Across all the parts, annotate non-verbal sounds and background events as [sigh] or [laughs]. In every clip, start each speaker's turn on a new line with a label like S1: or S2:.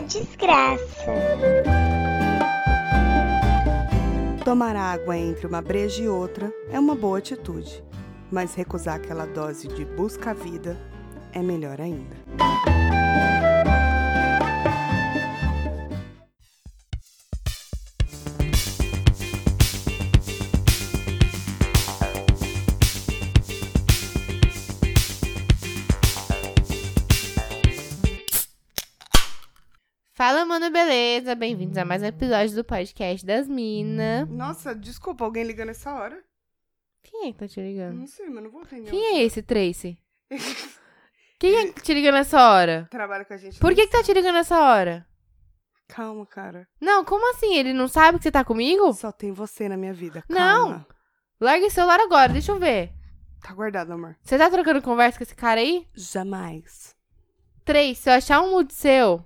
S1: desgraça.
S2: Tomar água entre uma breja e outra é uma boa atitude, mas recusar aquela dose de busca a vida é melhor ainda.
S3: Fala, mano, beleza? Bem-vindos
S2: Hum.
S3: a mais um episódio do podcast das minas.
S2: Nossa, desculpa, alguém liga nessa hora?
S3: Quem é que tá te ligando?
S2: Não sei, mas não vou atender.
S3: Quem é esse Tracy? Quem é que te liga nessa hora?
S2: [laughs] Trabalha com a gente.
S3: Por que que tá te ligando nessa hora?
S2: Calma, cara.
S3: Não, como assim? Ele não sabe que você tá comigo?
S2: Só tem você na minha vida.
S3: Não.
S2: Calma.
S3: Larga o celular agora, deixa eu ver.
S2: Tá guardado, amor.
S3: Você tá trocando conversa com esse cara aí?
S2: Jamais.
S3: Três, se eu achar um nude seu,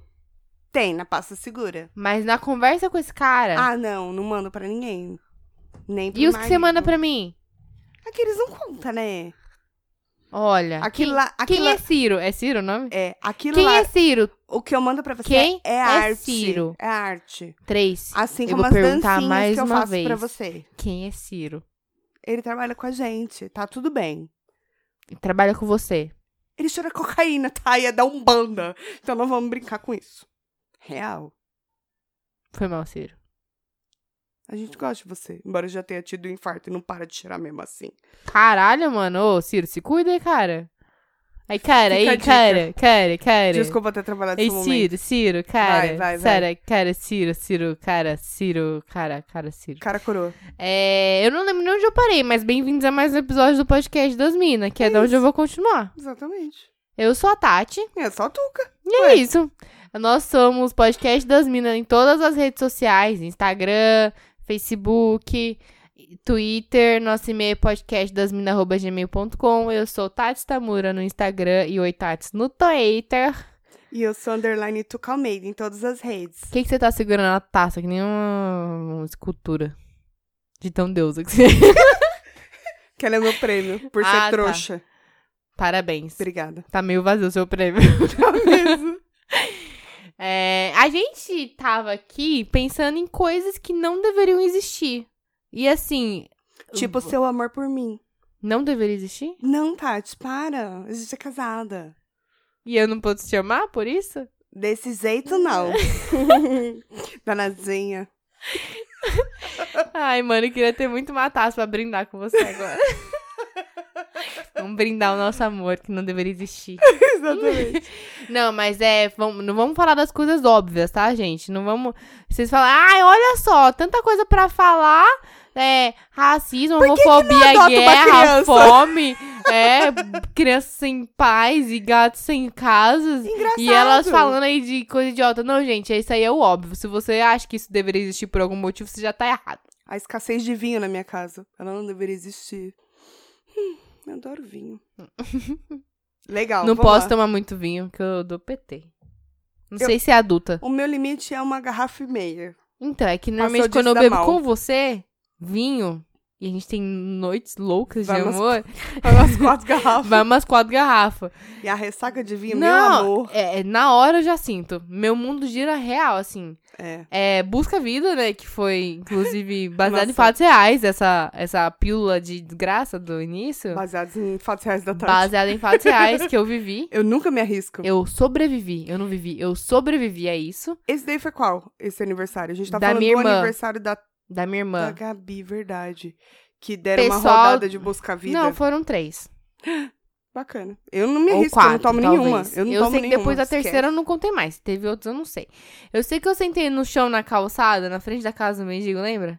S2: Tem na pasta segura.
S3: mas na conversa com esse cara.
S2: Ah, não, não mando pra ninguém. Nem pro
S3: É. e os que você
S2: marido.
S3: manda pra mim?
S2: Aqueles não conta, né?
S3: Olha.
S2: Aquilo
S3: quem,
S2: lá- aquilo
S3: quem
S2: lá-
S3: é Ciro? É Ciro o nome?
S2: É, aquilo
S3: Quem
S2: lá,
S3: é Ciro?
S2: o que eu mando pra você
S3: Quem
S2: é,
S3: é
S2: arte.
S3: Ciro?
S2: É arte.
S3: Três.
S2: Assim
S3: Eu
S2: como
S3: vou
S2: as
S3: perguntar
S2: dancinhas
S3: mais
S2: que eu
S3: uma
S2: faço pra
S3: vez.
S2: você.
S3: Quem é Ciro?
S2: Ele trabalha com a gente, tá tudo bem.
S3: Trabalha com você.
S2: Ele cheira cocaína, tá? E é da Umbanda. Então não vamos brincar com isso. Real.
S3: Foi mal, Ciro.
S2: A gente gosta de você. Embora eu já tenha tido infarto e não para de cheirar mesmo assim.
S3: Caralho, mano. Ô, Ciro, se cuida aí, cara. Aí, cara,
S2: Fica a
S3: aí,
S2: dica.
S3: cara, cara, cara.
S2: Desculpa ter trabalhado
S3: É. Ei,
S2: nesse momento.
S3: Ciro, Ciro, cara.
S2: Vai, vai, vai.
S3: Sara, cara, Ciro, Ciro, cara, Ciro, cara, cara, Ciro.
S2: Cara coroa.
S3: É, eu não lembro nem onde eu parei, mas bem-vindos a mais um episódio do podcast das minas, que é, de onde eu vou continuar.
S2: Exatamente.
S3: Eu sou a Tati,
S2: É só Tuca.
S3: e é isso. Nós somos podcast das minas em todas as redes sociais, Instagram, Facebook, Twitter, nosso e-mail é podcastdasmina.gmail.com. Eu sou Tati Tamura no Instagram e Oi Tats no Twitter.
S2: E eu sou underline Tuca Almeida em todas as redes.
S3: O que, que você tá segurando na taça? Que nem uma, uma escultura. De tão deusa que você. é.
S2: Que ela é meu prêmio, por ser
S3: Ah, tá.
S2: trouxa.
S3: [laughs] Parabéns.
S2: Obrigada.
S3: Tá meio vazio o seu prêmio. [laughs] tá É, a gente tava aqui pensando em coisas que não deveriam existir. E assim.
S2: tipo, seu amor por mim.
S3: Não deveria existir?
S2: Não, Tati, para. A gente é casada.
S3: E eu não posso te chamar por isso?
S2: Desse jeito, não. Danadinha.
S3: Ai, mano, eu queria ter muito mataço pra brindar com você agora. vamos brindar o nosso amor que não deveria existir.
S2: Exatamente.
S3: Não, mas é. Vamos, não vamos falar das coisas óbvias, tá, gente? Não vamos. Vocês falam, ai, olha só, tanta coisa pra falar. É, racismo, homofobia,
S2: adota uma
S3: guerra,
S2: criança?
S3: fome. É, crianças sem pais e gatos sem casas.
S2: [laughs] Engraçado.
S3: E elas falando aí de coisa idiota. Não, gente, isso aí é o óbvio. Se você acha que isso deveria existir por algum motivo, você já tá errado.
S2: A escassez de vinho na minha casa. Ela não deveria existir. Hum, eu adoro
S3: [laughs]
S2: vinho. Legal.
S3: não
S2: vamos
S3: posso
S2: lá.
S3: tomar muito vinho, que eu dou PT. Não
S2: Eu-
S3: sei se é adulta.
S2: O meu limite é uma garrafa e
S3: [laughs]
S2: meia.
S3: Então, é que normalmente
S2: disso
S3: quando eu
S2: dá
S3: bebo
S2: mal.
S3: com você, vinho, e a gente tem noites loucas
S2: Vai
S3: de
S2: umas
S3: amor,
S2: As quatro garrafas.
S3: vai umas quatro garrafas.
S2: E a ressaca de vinho, meu
S3: Não,
S2: amor.
S3: é, é, na hora eu já sinto. Meu mundo gira real, assim.
S2: É.
S3: É, Busca Vida, né, que foi,
S2: [laughs]
S3: inclusive, baseado em
S2: Nossa.
S3: fatos reais, essa, essa pílula de desgraça do início.
S2: Baseados em fatos reais da tarde.
S3: Baseada em fatos reais que eu vivi.
S2: [laughs] Eu nunca me arrisco.
S3: Eu sobrevivi, eu não vivi, eu sobrevivi a isso.
S2: Esse daí foi qual? Esse aniversário? A gente tá
S3: Da
S2: falando
S3: minha
S2: do
S3: irmã.
S2: aniversário da,
S3: Da minha
S2: da
S3: irmã.
S2: Gabi, verdade. Que deram uma
S3: Pessoal-
S2: rodada de busca vida.
S3: Não, foram três.
S2: Bacana. Eu não me arrisco, eu não tomo nenhuma. Eu não tomo
S3: sei que
S2: nenhuma.
S3: depois da
S2: esquece.
S3: terceira eu não contei mais. Teve outros, eu não sei. Eu sei que eu sentei no chão na calçada, na frente da casa do mendigo, lembra?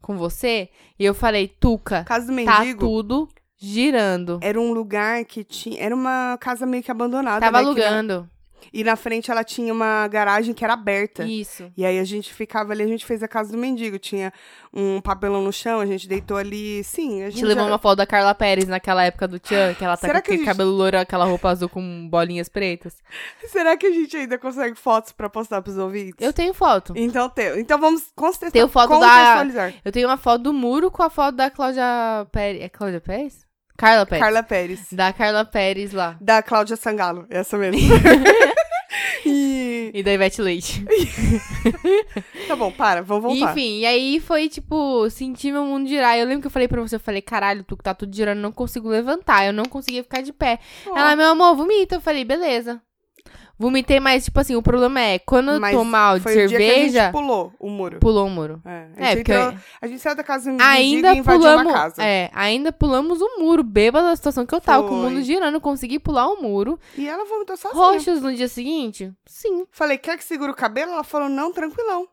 S3: Com você. E eu falei, Tuca,
S2: Casa do
S3: tá
S2: Mendigo
S3: tudo girando.
S2: era um lugar que tinha. Era uma casa meio que abandonada.
S3: Tava
S2: né, que na-
S3: alugando.
S2: E na frente ela tinha uma garagem que era aberta.
S3: Isso.
S2: E aí a gente ficava ali, a gente fez a casa do mendigo. Tinha um papelão no chão, a gente deitou ali. Sim, a
S3: A
S2: gente.
S3: gente levou
S2: já-
S3: uma foto da Carla Pérez naquela época do Tchan, que ela tá
S2: Será
S3: com
S2: que a
S3: aquele
S2: gente-
S3: cabelo louro, aquela roupa azul com bolinhas pretas.
S2: [laughs] Será que a gente ainda consegue fotos pra postar pros ouvintes?
S3: Eu tenho foto.
S2: Então, te... então vamos contextualizar.
S3: Tem foto da-
S2: contextualizar.
S3: Eu tenho uma foto do muro com a foto da Cláudia Pérez. É Cláudia Pérez? Carla Pérez.
S2: Carla Pérez.
S3: Da Carla Pérez lá. [laughs]
S2: Da Cláudia Sangalo, essa mesmo. e aí.
S3: E da Ivete Leite.
S2: Tá bom, para, vamos voltar.
S3: Enfim, e aí foi tipo, senti meu mundo girar. Eu lembro que eu falei pra você, eu falei, caralho, tu tá tudo girando, eu não consigo levantar, eu não conseguia ficar de pé.
S2: Ó,
S3: Ela, meu amor, vomita. Eu falei, beleza. Vomitei, mas tipo assim, o problema é, quando eu
S2: mas
S3: tô mal de
S2: foi o dia que a
S3: cerveja,
S2: gente pulou o muro.
S3: pulou o muro.
S2: É, a gente,
S3: É, porque-
S2: entrou- a gente saiu da casa
S3: Ainda
S2: e invadiu
S3: pulamos,
S2: uma casa.
S3: é, ainda pulamos o muro, bêbada da situação que eu tava, com o mundo
S2: Foi.
S3: girando, consegui pular o muro.
S2: E ela vomitou sozinha.
S3: Roxos no dia seguinte? Sim.
S2: Falei, quer que segure o cabelo? Ela falou, não, tranquilão.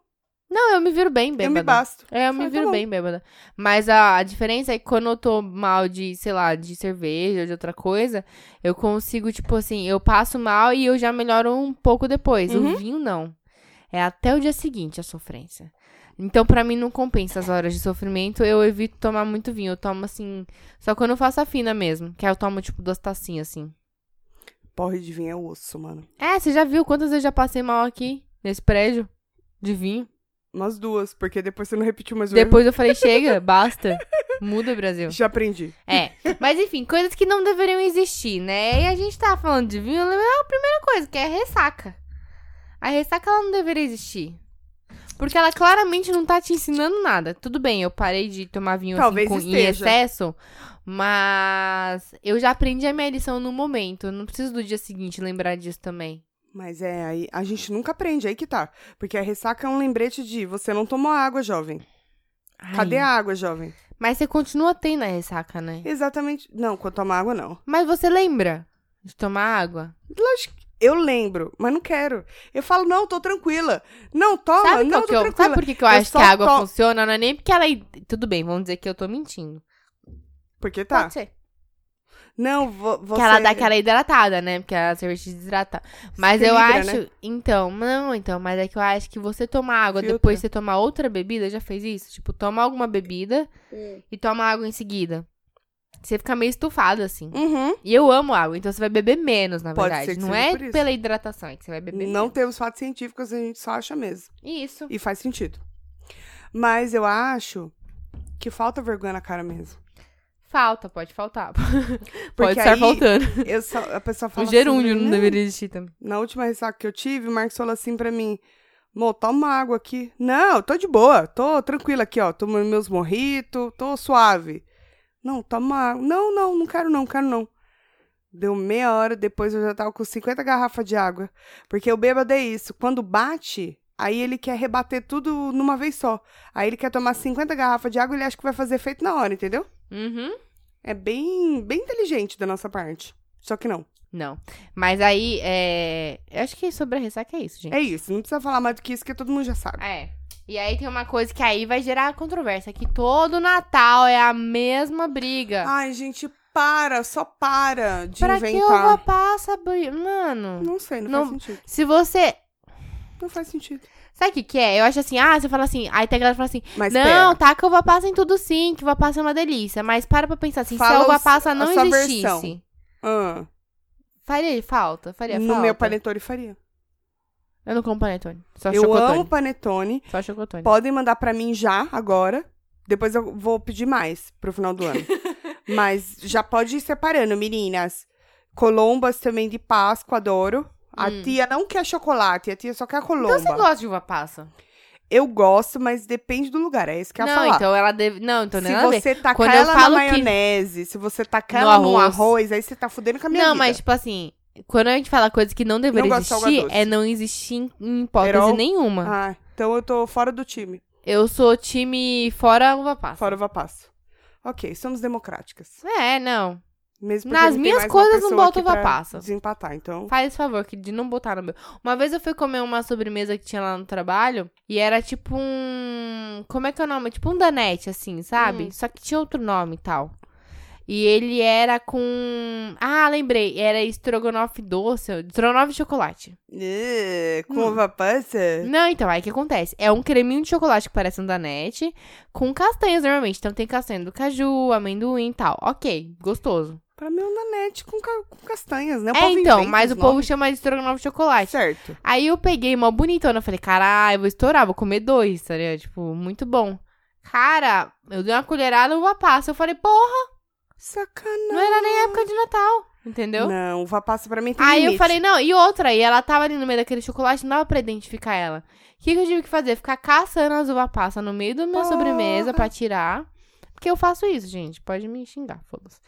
S3: Não, eu me viro bem,
S2: Eu
S3: bêbada.
S2: me basto.
S3: É, eu me
S2: Falei, tá
S3: viro
S2: bom.
S3: bem bêbada. Mas a, a diferença é que quando eu tô mal de, sei lá, de cerveja, de outra coisa, eu consigo, tipo assim, eu passo mal e eu já melhoro um pouco depois.
S2: Uhum.
S3: O vinho, não. É até o dia seguinte a sofrência. Então, pra mim, não compensa as horas de sofrimento. Eu evito tomar muito vinho. Eu tomo, assim, só quando eu faço a fina mesmo. Que aí eu tomo, tipo, duas tacinhas, assim.
S2: Porra de vinho é osso, mano.
S3: É, você já viu quantas vezes eu já passei mal aqui, nesse prédio, de vinho?
S2: Umas duas, porque depois você não repetiu mais o
S3: Depois eu falei, chega, basta. Muda, Brasil.
S2: erro. Já aprendi.
S3: É. Mas enfim, coisas que não deveriam existir, né? E a gente tava falando de vinho, eu lembrei a primeira coisa, que é a ressaca. A ressaca ela não deveria existir. Porque ela claramente não tá te ensinando nada. Tudo bem, eu parei de tomar vinho assim,
S2: Talvez
S3: com- em
S2: esteja.
S3: excesso, mas eu já aprendi a minha lição no momento. Eu não preciso do dia seguinte lembrar disso também.
S2: Mas é, aí a gente nunca aprende, aí que tá. Porque a ressaca é um lembrete de você não tomou água, jovem. Cadê
S3: Ai.
S2: a água, jovem?
S3: Mas você continua tendo a ressaca, né?
S2: Exatamente. Não, quando toma água, não.
S3: Mas você lembra de tomar água?
S2: Lógico. que- Eu lembro, mas não quero. Eu falo, não, tô tranquila. Não, toma,
S3: Sabe,
S2: não,
S3: qual
S2: tô
S3: que eu, sabe
S2: tranquila.
S3: por que, que eu,
S2: Eu
S3: acho que
S2: só
S3: a água
S2: to-
S3: funciona? Não é nem porque ela. Tudo bem, vamos dizer que eu tô mentindo.
S2: Porque tá.
S3: Pode ser.
S2: Não, vo- você...
S3: Que ela dá aquela hidratada, né? Porque a cerveja te desidrata. Mas eu
S2: equilibra, né?
S3: acho. Então, não, então, mas é que eu acho que você tomar água
S2: Filtra.
S3: depois você tomar outra bebida, já fez isso? Tipo, toma alguma bebida e toma água em seguida. Você fica meio estufado, assim.
S2: Uhum.
S3: E eu amo água, então você vai beber menos, na
S2: Pode
S3: verdade.
S2: ser que
S3: não
S2: seja
S3: é
S2: por isso.
S3: pela hidratação, é que você vai beber
S2: Não temos fatos científicos, a gente só acha mesmo.
S3: menos. Isso.
S2: E faz sentido. Mas eu acho que falta vergonha na cara mesmo.
S3: Falta, pode faltar. [laughs] pode
S2: Porque
S3: estar
S2: aí
S3: faltando.
S2: Eu só, a pessoa
S3: O
S2: fala
S3: Um gerúndio
S2: assim,
S3: não
S2: "Né?"
S3: deveria existir também.
S2: Na última ressaca que eu tive, o Marcos falou assim pra mim: Mô, toma água aqui. Não, tô de boa, tô tranquila aqui, ó. Tomando meus morritos, tô suave. Não, toma água. Não, não, não quero não, quero não. Deu meia hora, depois eu já tava com 50 garrafas de água. Porque o bêbado é isso. Quando bate, aí ele quer rebater tudo numa vez só. Aí ele quer tomar 50 garrafas de água e ele acha que vai fazer efeito na hora, entendeu?
S3: Uhum.
S2: É bem, bem inteligente da nossa parte. Só que não.
S3: Não. Mas aí, é. Eu acho que sobre a ressaca é isso, gente.
S2: É isso, não precisa falar mais do que isso, que todo mundo já sabe.
S3: É. E aí tem uma coisa que aí vai gerar controvérsia, que todo Natal é a mesma briga.
S2: Ai, gente, para, só para Ah, de
S3: É. pra que uva
S2: inventar.
S3: passa, boi- mano?
S2: Não sei, não,
S3: Não-
S2: faz sentido.
S3: Se você...
S2: Não faz sentido.
S3: Sabe o que que é? Eu acho assim, ah, você fala assim... Aí tem a galera que fala assim,
S2: Mas
S3: não, tá que uva passa em tudo sim, que uva passa é uma delícia. Mas para pra pensar assim, se
S2: Fala
S3: a uva
S2: o-
S3: passa
S2: a
S3: não
S2: sua
S3: existisse...
S2: versão. pera. Ah,
S3: Faria falta, faria
S2: no
S3: falta.
S2: meu panetone faria.
S3: Eu não como panetone, só
S2: eu
S3: chocotone.
S2: amo panetone.
S3: Só chocotone.
S2: Podem mandar pra mim já, agora. Depois eu vou pedir mais pro final do
S3: [laughs]
S2: ano. Mas já pode ir separando, meninas. Colombas também de Páscoa, adoro. A
S3: Hum.
S2: tia não quer chocolate, a tia só quer colomba.
S3: Então você gosta de uva passa?
S2: Eu gosto, mas depende do lugar, é isso que eu ia
S3: não,
S2: falar.
S3: então ela deve. Não, então não é
S2: se
S3: nada a ver.
S2: você tacar
S3: Quando eu
S2: ela na
S3: falo que-
S2: maionese, se você tacar
S3: No
S2: ela no
S3: arroz.
S2: arroz, aí você tá fudendo com a minha
S3: Não,
S2: vida.
S3: mas tipo assim, quando a gente fala coisa que não deveria
S2: gosto de salgado
S3: existir,
S2: doce.
S3: é não existir em- em hipótese
S2: Perol?
S3: nenhuma.
S2: Ah, então eu tô fora do time.
S3: Eu sou time fora uva passa.
S2: Fora o vapasso. Ok, somos democráticas.
S3: É, não.
S2: Mesmo porque não
S3: Nas
S2: tem
S3: minhas
S2: mais uma
S3: coisas não
S2: pessoa
S3: bota
S2: aqui
S3: uva
S2: pra
S3: passa.
S2: Desempatar, então.
S3: tipo, Faz esse favor que de não botar no meu. Uma vez eu fui comer uma sobremesa que tinha lá no trabalho e era tipo um. Como é que é o nome? Tipo um danete, assim, sabe?
S2: Hum.
S3: Só que tinha outro nome e tal. E ele era com. Ah, lembrei. Era estrogonofe doce, estrogonofe de chocolate.
S2: Eh, com
S3: Hum.
S2: uva passa?
S3: Não, então, aí o que acontece? É um creminho de chocolate que parece um danete, com castanhas normalmente. Então tem castanha do caju, amendoim e tal. Ok, gostoso.
S2: Pra mim é um danete com, ca- com castanhas, né? O
S3: é,
S2: povo
S3: então,
S2: inventa
S3: mas o
S2: os
S3: povo
S2: nomes.
S3: chama de estrogonofe de chocolate.
S2: Certo.
S3: Aí eu peguei uma bonitona, eu falei, caralho, vou estourar, vou comer dois, tá ligado? Tipo, muito bom. Cara, eu dei uma colherada, uva passa. Eu falei, porra,
S2: Sacanagem.
S3: não era nem época de Natal. Entendeu?
S2: Não, uva passa pra mim tem
S3: Aí
S2: limite.
S3: eu falei, não, e outra, e ela tava ali no meio daquele chocolate, não dava pra identificar ela. O que, que eu tive que fazer? Ficar caçando as uva passa no meio da minha
S2: Porra.
S3: sobremesa pra tirar. Porque eu faço isso, gente. Pode me xingar, foda-se.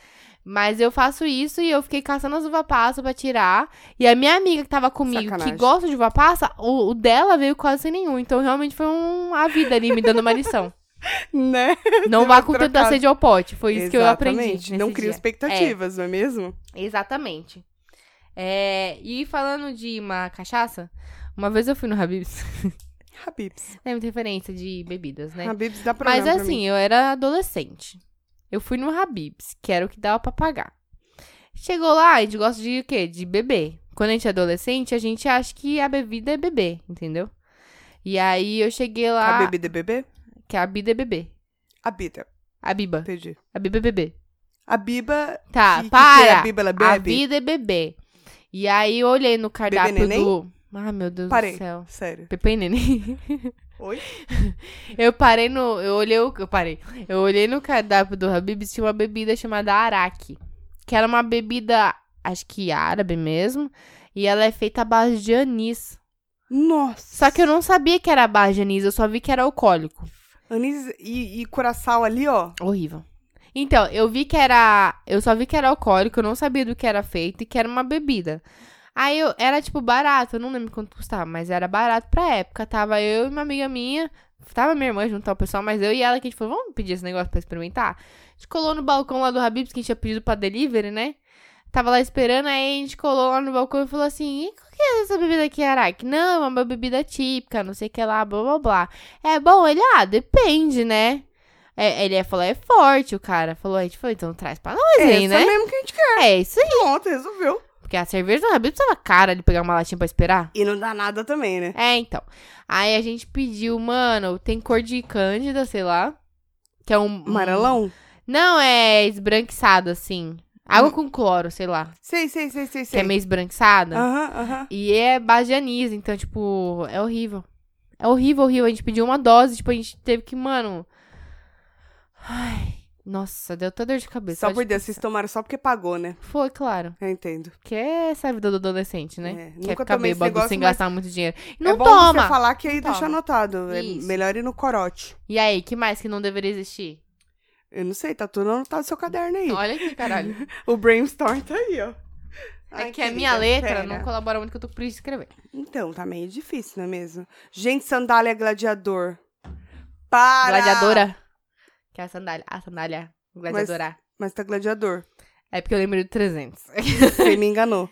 S3: Mas eu faço isso e eu fiquei caçando as uva passa pra tirar. E a minha amiga que tava comigo,
S2: Sacanagem.
S3: que gosta de uva passa, o, o dela veio quase sem nenhum. Então realmente foi um, a vida ali me dando uma
S2: [laughs]
S3: lição.
S2: [laughs] Né?
S3: Não vá com tanta
S2: trocado.
S3: sede ao pote. Foi isso que eu aprendi.
S2: Exatamente. Não
S3: nesse
S2: cria
S3: dia.
S2: expectativas, não é mesmo?
S3: Exatamente. É, e falando de uma cachaça, uma vez eu fui no Habib's. [laughs]
S2: Habibs.
S3: É muita referência de bebidas, né?
S2: Habibs dá problema
S3: Mas
S2: pra mim.
S3: assim, eu era adolescente. Eu fui no Habib's, que era o que dava pra pagar. Chegou lá, a gente gosta de o quê? De beber. Quando a gente é adolescente, a gente acha que a bebida é beber, entendeu? E aí eu cheguei lá.
S2: A bebida é bebê?
S3: Que a bebida é beber.
S2: A Bida,
S3: A biba.
S2: entendi.
S3: A biba é beber.
S2: A Biba...
S3: Tá,
S2: que, que
S3: para!
S2: é a Biba, ela
S3: A
S2: bebe?
S3: vida é bebê. E aí eu olhei no cardápio
S2: neném?
S3: do. Ai, meu Deus
S2: Parei.
S3: do céu.
S2: Sério.
S3: Pepe e neném. [laughs]
S2: Oi?
S3: Eu parei no. Eu olhei o. Eu parei. Eu olhei no cardápio do Habib's tinha uma bebida chamada Araki. Que era uma bebida, acho que árabe mesmo. E ela é feita à base de anis.
S2: Nossa.
S3: Só que eu não sabia que era à base de anis, eu só vi que era alcoólico.
S2: Anis e, e curaçao ali, ó.
S3: Horrível. Então, eu vi que era. Eu só vi que era alcoólico, eu não sabia do que era feito e que era uma bebida. Aí eu era, tipo, barato, eu não lembro quanto custava, mas era barato pra época. Tava eu e uma amiga minha, tava minha irmã junto ao pessoal, mas eu e ela que a gente falou, vamos pedir esse negócio pra experimentar? A gente colou no balcão lá do Habibs, que a gente tinha pedido pra delivery, né? Tava lá esperando, aí a gente colou lá no balcão e falou assim: e qual que é essa bebida aqui, Araque? Não, é uma bebida típica, não sei o que lá, blá blá blá. É bom, ele, ah, depende, né? É, ele falou, é forte, o cara falou, a gente falou, então traz pra nós
S2: é
S3: aí,
S2: essa
S3: né?
S2: mesmo que a gente quer.
S3: É isso aí.
S2: Pronto, resolveu.
S3: Porque a cerveja do Habib tava cara de pegar uma latinha pra esperar.
S2: E não dá nada também, né?
S3: É, então. Aí a gente pediu, mano, tem cor de cândida, sei lá. Que é um.
S2: Hum.
S3: um-
S2: Amarelão?
S3: Não, é esbranquiçado, assim. Água com cloro, sei lá.
S2: Sei, sei, sei, sei,
S3: Que
S2: Hum. sei. Ah.
S3: é meio esbranquiçada.
S2: Aham, aham.
S3: E é base de anis, então, tipo, é horrível. É horrível, horrível. A gente pediu uma dose, tipo, a gente teve que, mano. Ai. Nossa, deu até dor de cabeça.
S2: Só
S3: de
S2: por Deus, vocês
S3: pensar.
S2: tomaram só porque pagou, né?
S3: Foi, claro.
S2: Eu entendo.
S3: Que é essa a vida do adolescente, né?
S2: É,
S3: Quer
S2: nunca
S3: ficar
S2: tomei esse
S3: bêbado
S2: negócio,
S3: sem
S2: mas
S3: gastar muito dinheiro. Não
S2: é bom
S3: toma!
S2: você falar que aí
S3: Não
S2: deixa
S3: toma.
S2: anotado. É
S3: Isso.
S2: melhor ir no corote.
S3: E aí, que mais que não deveria existir?
S2: Eu não sei, tá tudo anotado no seu caderno aí.
S3: Olha aqui, caralho.
S2: O brainstorm tá aí, ó.
S3: [laughs] é
S2: Ai,
S3: que a
S2: querida,
S3: minha letra
S2: pera.
S3: não colabora muito com o que eu tô por escrever.
S2: Então, tá meio difícil, não é mesmo? Gente, sandália gladiador. Para!
S3: Gladiadora. Que é a sandália. A sandália. Gladiadora.
S2: Mas tá gladiador.
S3: É porque eu lembrei
S2: [laughs]
S3: do 300.
S2: Você me enganou.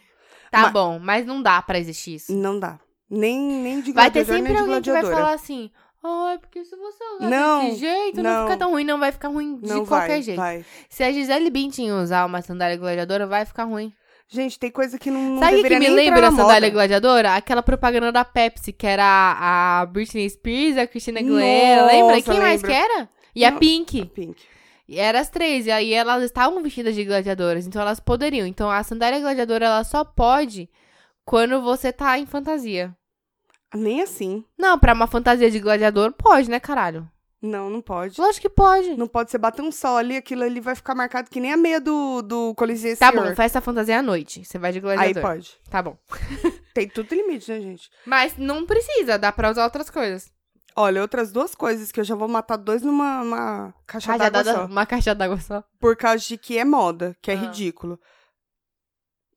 S3: tá
S2: Mas-
S3: bom, mas não dá pra existir isso.
S2: Não dá. Nem, nem de
S3: Vai ter
S2: gladiador, nem
S3: sempre
S2: de
S3: alguém que vai
S2: gladiadora.
S3: falar assim... Ai, porque se você usar
S2: Não,
S3: desse jeito, não.
S2: não.
S3: fica tão ruim. Não vai ficar ruim de
S2: não
S3: qualquer
S2: vai,
S3: jeito.
S2: vai.
S3: Se a Gisele Bündchen usar uma sandália gladiadora, vai ficar ruim.
S2: Gente, tem coisa que não, não
S3: Sabe o que
S2: deveria
S3: me
S2: nem entrar
S3: lembra a
S2: na
S3: sandália
S2: moda.
S3: gladiadora? Aquela propaganda da Pepsi, que era a a Britney Spears, a Christina Aguilera, lembra? Quem
S2: Nossa,
S3: mais
S2: lembro.
S3: que era? E a
S2: Não.
S3: Pink.
S2: Pink.
S3: E eram as três, e aí elas estavam vestidas de gladiadoras, então elas poderiam. Então a sandália gladiadora, ela só pode quando você tá em fantasia.
S2: Nem assim.
S3: Não, pra uma fantasia de gladiador, pode, né, caralho?
S2: Não, não pode.
S3: Lógico que pode.
S2: Não pode ser bater um sol ali, aquilo ali vai ficar marcado que nem a meia do, do Coliseu.
S3: Tá
S2: Senhor.
S3: bom, faz essa fantasia à noite, você vai de
S2: Aí
S3: gladiador.
S2: pode.
S3: Tá bom.
S2: Tem tudo limite, né, gente?
S3: Mas não precisa, dá pra usar outras coisas.
S2: Olha, outras duas coisas que eu já vou matar dois numa uma caixa d'água
S3: Cajadada-
S2: só.
S3: Tá uma caixa d'água só.
S2: Por causa de que é moda, que é
S3: Ah.
S2: ridículo.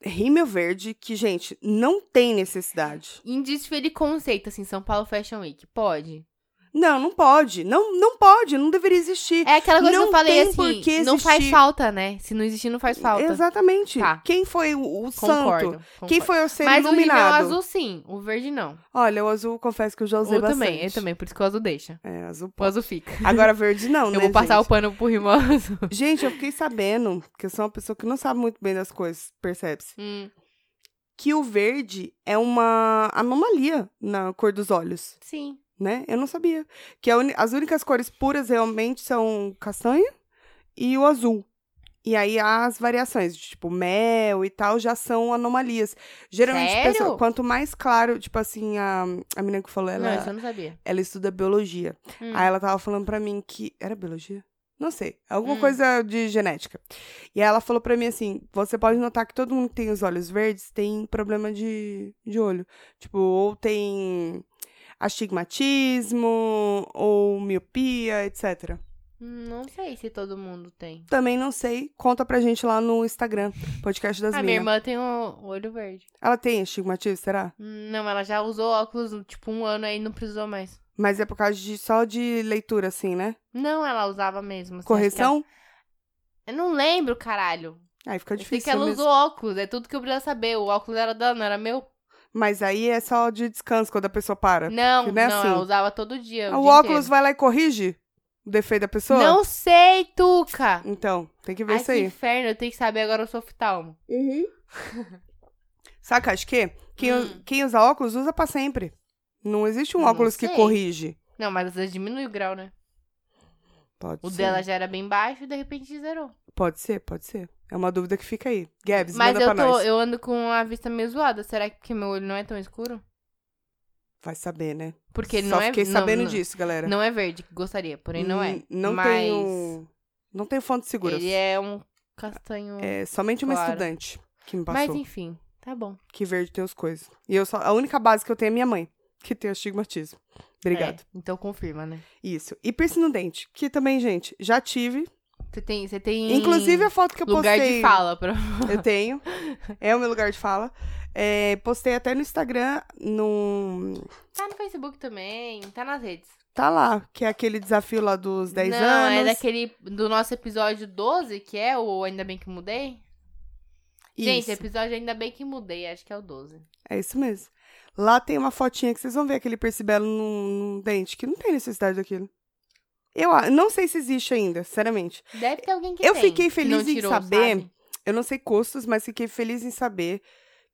S2: Rímel verde, que, gente, não tem necessidade.
S3: Em desfile conceito, assim, São Paulo Fashion Week, pode?
S2: Não, não pode. Não, não pode, não deveria existir.
S3: É aquela coisa
S2: Não
S3: que eu falei
S2: tem por que
S3: assim, não
S2: existir.
S3: faz falta, né? Se não existir, não faz falta.
S2: Exatamente.
S3: Tá.
S2: Quem foi o, o
S3: Concordo.
S2: santo?
S3: concordo.
S2: Quem foi o ser
S3: Mas o
S2: iluminado?
S3: nível azul sim, o verde não.
S2: Olha, o azul, confesso que eu já usei
S3: Eu
S2: bastante.
S3: também, eu também, por isso que o azul deixa.
S2: É, azul.
S3: O azul fica.
S2: Agora verde não, né,
S3: [laughs] eu vou passar
S2: gente?
S3: o pano pro rimão
S2: [laughs]
S3: azul.
S2: Gente, eu fiquei sabendo, que eu sou uma pessoa que não sabe muito bem das coisas, percebe-se,
S3: Hum,
S2: que o verde é uma anomalia na cor dos olhos,
S3: sim.
S2: né? Eu não sabia. Que a uni- as únicas cores puras realmente são castanha e o azul. E aí as variações, de, tipo mel e tal, já são anomalias. Geralmente,
S3: Sério?
S2: pessoa- quanto mais claro, tipo assim, a, a menina que falou,
S3: Não, é
S2: ela,
S3: isso eu não sabia.
S2: ela estuda biologia.
S3: Hum.
S2: Aí ela tava falando pra mim que. Era biologia? Não sei, alguma coisa de genética. E ela falou pra mim assim: você pode notar que todo mundo que tem os olhos verdes tem problema de, de olho. Tipo, ou tem astigmatismo, ou miopia, etc.
S3: Hum, Não sei se todo mundo tem.
S2: Também não sei, conta pra gente lá no Instagram, podcast das
S3: A Ah, minha
S2: Minas.
S3: irmã tem o olho verde. Hum,
S2: Ela tem astigmatismo, será?
S3: Não, ela já usou óculos, tipo, um ano aí e não precisou mais.
S2: Mas é por causa de só de leitura, assim, né?
S3: Não, ela usava mesmo. assim, acho que ela-
S2: Correção?
S3: Eu não lembro, caralho.
S2: Aí fica
S3: Eu sei
S2: É difícil.
S3: que ela
S2: mesmo.
S3: usou óculos, é tudo que eu precisava saber. O óculos era dela, não era meu?
S2: Mas aí é só de descanso quando a pessoa para.
S3: Não,
S2: que não é
S3: não,
S2: assim.
S3: ela usava todo dia.
S2: o
S3: dia
S2: óculos
S3: inteiro.
S2: vai lá e corrige o defeito da pessoa?
S3: Não sei, Tuca!
S2: Então, tem que ver
S3: Ai,
S2: isso
S3: que
S2: aí.
S3: inferno, eu tenho que saber agora, eu sou oftalmo.
S2: Saca, acho que quem,
S3: Hum.
S2: u- quem usa óculos, usa pra sempre. Não existe um
S3: Não
S2: óculos que
S3: sei.
S2: corrige.
S3: Não, mas às vezes diminui o grau, né?
S2: Pode
S3: O
S2: ser.
S3: dela já era bem baixo e de repente zerou.
S2: Pode ser, pode ser. É uma dúvida que fica aí. Gabs,
S3: mas
S2: manda
S3: eu,
S2: pra
S3: tô,
S2: nós.
S3: eu ando com a vista meio zoada. Será que porque meu olho não é tão escuro?
S2: Vai saber, né?
S3: Porque ele
S2: Só
S3: não é
S2: fiquei
S3: não,
S2: sabendo
S3: não,
S2: disso, galera.
S3: Não é verde, que gostaria, porém não é.
S2: Hum, Não
S3: mas
S2: tenho... Não tenho fontes seguras.
S3: Ele é um castanho.
S2: É somente uma
S3: Claro.
S2: estudante que me
S3: mas
S2: passou.
S3: enfim, tá bom.
S2: Que verde tem as coisas. E eu só... A única base que eu tenho é minha mãe, que tem astigmatismo. Obrigada.
S3: É, então confirma, né?
S2: Isso. E piercing no dente, que também, gente, já tive.
S3: Você tem, você tem
S2: Inclusive a foto que eu
S3: lugar
S2: postei.
S3: de fala pra [laughs]
S2: Eu tenho. É o meu lugar de fala. É, postei até no Instagram, num.
S3: Tá no Facebook também, tá nas redes.
S2: Tá lá, que é aquele desafio lá dos 10
S3: não,
S2: anos.
S3: é daquele do nosso episódio 12, que é o Ainda Bem Que Mudei. Gente,
S2: Isso,
S3: episódio Ainda Bem Que Mudei, acho que é o 12.
S2: é isso mesmo. Lá tem uma fotinha que vocês vão ver aquele percibelo num, num dente, que não tem necessidade daquilo. Eu a- não sei se existe ainda, sinceramente.
S3: Deve ter alguém que
S2: Eu
S3: tem,
S2: fiquei
S3: que
S2: feliz
S3: não
S2: em
S3: tirou,
S2: saber
S3: sabe?
S2: Eu não sei custos, mas fiquei feliz em saber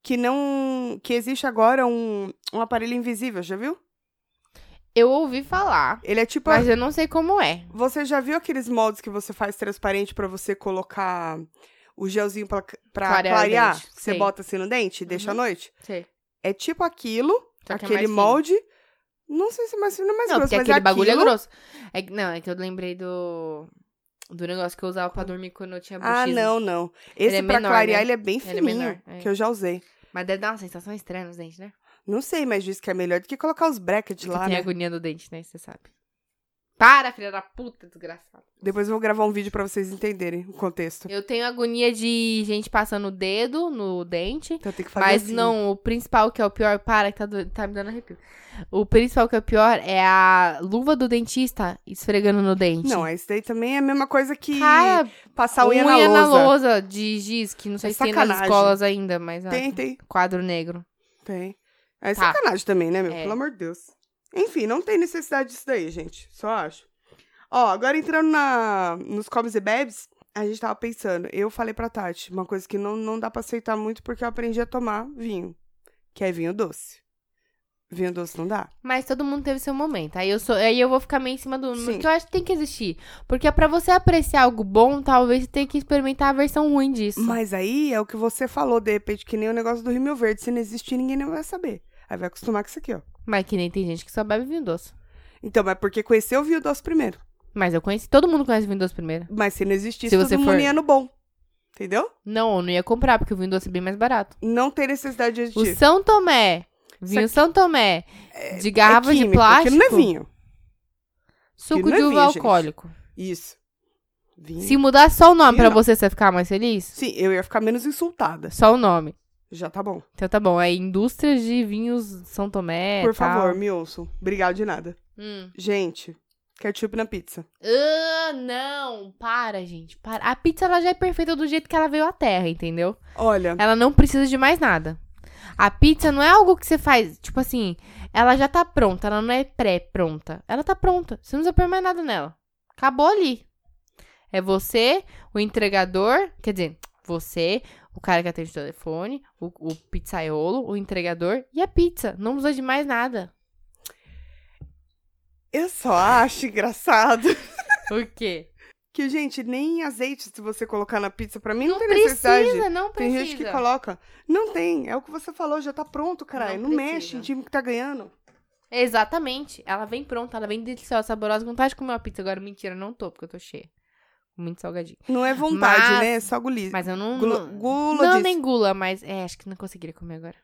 S2: que não. que existe agora um, um aparelho invisível, já viu?
S3: Eu ouvi falar,
S2: Ele é tipo. a-
S3: mas eu não sei como é.
S2: Você já viu aqueles moldes que você faz transparente pra você colocar o gelzinho pra, pra
S3: Clarear o
S2: clarear?
S3: dente,
S2: Que você
S3: sei.
S2: bota assim no dente e deixa à noite?
S3: Sei.
S2: É tipo aquilo,
S3: Só que é
S2: aquele
S3: mais fino.
S2: molde. Não sei se é mais fino ou mais
S3: Não,
S2: grosso,
S3: porque
S2: mas
S3: aquele
S2: é
S3: bagulho é
S2: aquilo.
S3: grosso. É que- não, é que eu lembrei do. Do negócio que eu usava pra dormir quando eu tinha
S2: Ah,
S3: bruxismo.
S2: não, não. Esse
S3: é
S2: pra
S3: menor,
S2: clarear,
S3: né?
S2: ele é bem
S3: Ele é
S2: fininho,
S3: menor, é.
S2: que eu já usei.
S3: Mas deve dar uma sensação estranha nos dentes, né?
S2: Não sei, mas diz que é melhor do que colocar os brackets
S3: É Que
S2: lá,
S3: tem
S2: né?
S3: agonia no dente, né? Você sabe. Para, filha da puta, desgraçada.
S2: Depois eu vou gravar um vídeo pra vocês entenderem o contexto.
S3: Eu tenho agonia de gente passando o dedo no dente.
S2: Então tem que fazer
S3: Mas
S2: assim.
S3: não, o principal que é o pior, para que tá, do- tá me dando arrepio. O principal que é o pior é a luva do dentista esfregando no dente.
S2: Não, esse daí também é a mesma coisa que
S3: Cara,
S2: passar unha,
S3: tá unha
S2: na lousa.
S3: lousa É de giz, que não sei se tem nas
S2: sacanagem.
S3: escolas ainda, mas ah,
S2: Tem, tem.
S3: quadro negro.
S2: Tem. É
S3: Tá.
S2: sacanagem também, né, meu?
S3: É.
S2: Pelo amor de Deus. Enfim, não tem necessidade disso daí, gente. Só acho. Ó, agora entrando na, nos comes e bebes, a gente tava pensando. Eu falei pra Tati uma coisa que não, não dá pra aceitar muito porque eu aprendi a tomar vinho, que é vinho doce. Vinho doce não dá.
S3: Mas todo mundo teve seu momento. Aí eu sou, aí eu vou ficar meio em cima do,
S2: Sim.
S3: porque eu acho que tem que existir, porque é pra você apreciar algo bom, talvez você tenha que experimentar a versão ruim disso.
S2: Mas aí é o que você falou, de repente, que nem o negócio do Rio Meu Verde. Se não existir, ninguém nem vai saber. Aí vai acostumar com isso aqui, ó.
S3: Mas que nem tem gente que só bebe vinho doce.
S2: Então, mas porque conheceu o vinho doce primeiro.
S3: Mas eu conheci, todo mundo conhece vinho doce primeiro.
S2: Mas se não existisse,
S3: Se
S2: todo
S3: você
S2: mundo
S3: for-
S2: ia no bom. Entendeu?
S3: Não, eu não ia comprar, porque o vinho doce é bem mais barato.
S2: Não tem necessidade de
S3: O
S2: existir.
S3: São Tomé, vinho
S2: aqui-
S3: São Tomé, de
S2: Tipo. É
S3: garrafa de
S2: químico,
S3: plástico,
S2: aquilo não é vinho.
S3: suco
S2: aquilo não é
S3: de uva
S2: vinho, gente.
S3: alcoólico.
S2: Isso. Vinho.
S3: Se mudar só o nome
S2: Vinho não.
S3: pra você, você vai ficar mais feliz?
S2: Sim, eu ia ficar menos insultada.
S3: Só o nome.
S2: Já tá bom.
S3: Então tá bom, é indústria de vinhos São Tomé.
S2: Por
S3: tal.
S2: favor, me ouçam. Obrigado de nada.
S3: Hum.
S2: Gente, ketchup na pizza.
S3: Ah, não! Para, gente, para. A pizza ela já é perfeita do jeito que ela veio à Terra, entendeu?
S2: Olha,
S3: Ela não precisa de mais nada. A pizza não é algo que você faz, tipo assim, ela já tá pronta, ela não é pré-pronta. Ela tá pronta, você não precisa pôr mais nada nela. Acabou ali. É você, o entregador, quer dizer, você, o cara que atende o telefone, o, o pizzaiolo, o entregador e a pizza. Não precisa de mais nada.
S2: eu só acho engraçado [laughs]
S3: O quê?
S2: que, gente, nem azeite se você colocar na pizza, pra mim não,
S3: Não
S2: tem necessidade.
S3: precisa, não
S2: Tem
S3: precisa.
S2: gente que coloca. Não tem, é o que você falou, já tá pronto, caralho. Não,
S3: Não
S2: mexe
S3: precisa.
S2: em time que tá ganhando.
S3: Exatamente. Ela vem pronta, ela vem deliciosa, saborosa. Com vontade de comer uma pizza agora. Mentira, não tô, porque eu tô cheia. Muito salgadinho.
S2: Não é vontade,
S3: Mas-
S2: né? É só guli...
S3: Mas eu não.
S2: gula,
S3: não-
S2: gula
S3: não,
S2: disso.
S3: nem gula, mas. É, acho que não conseguiria comer agora.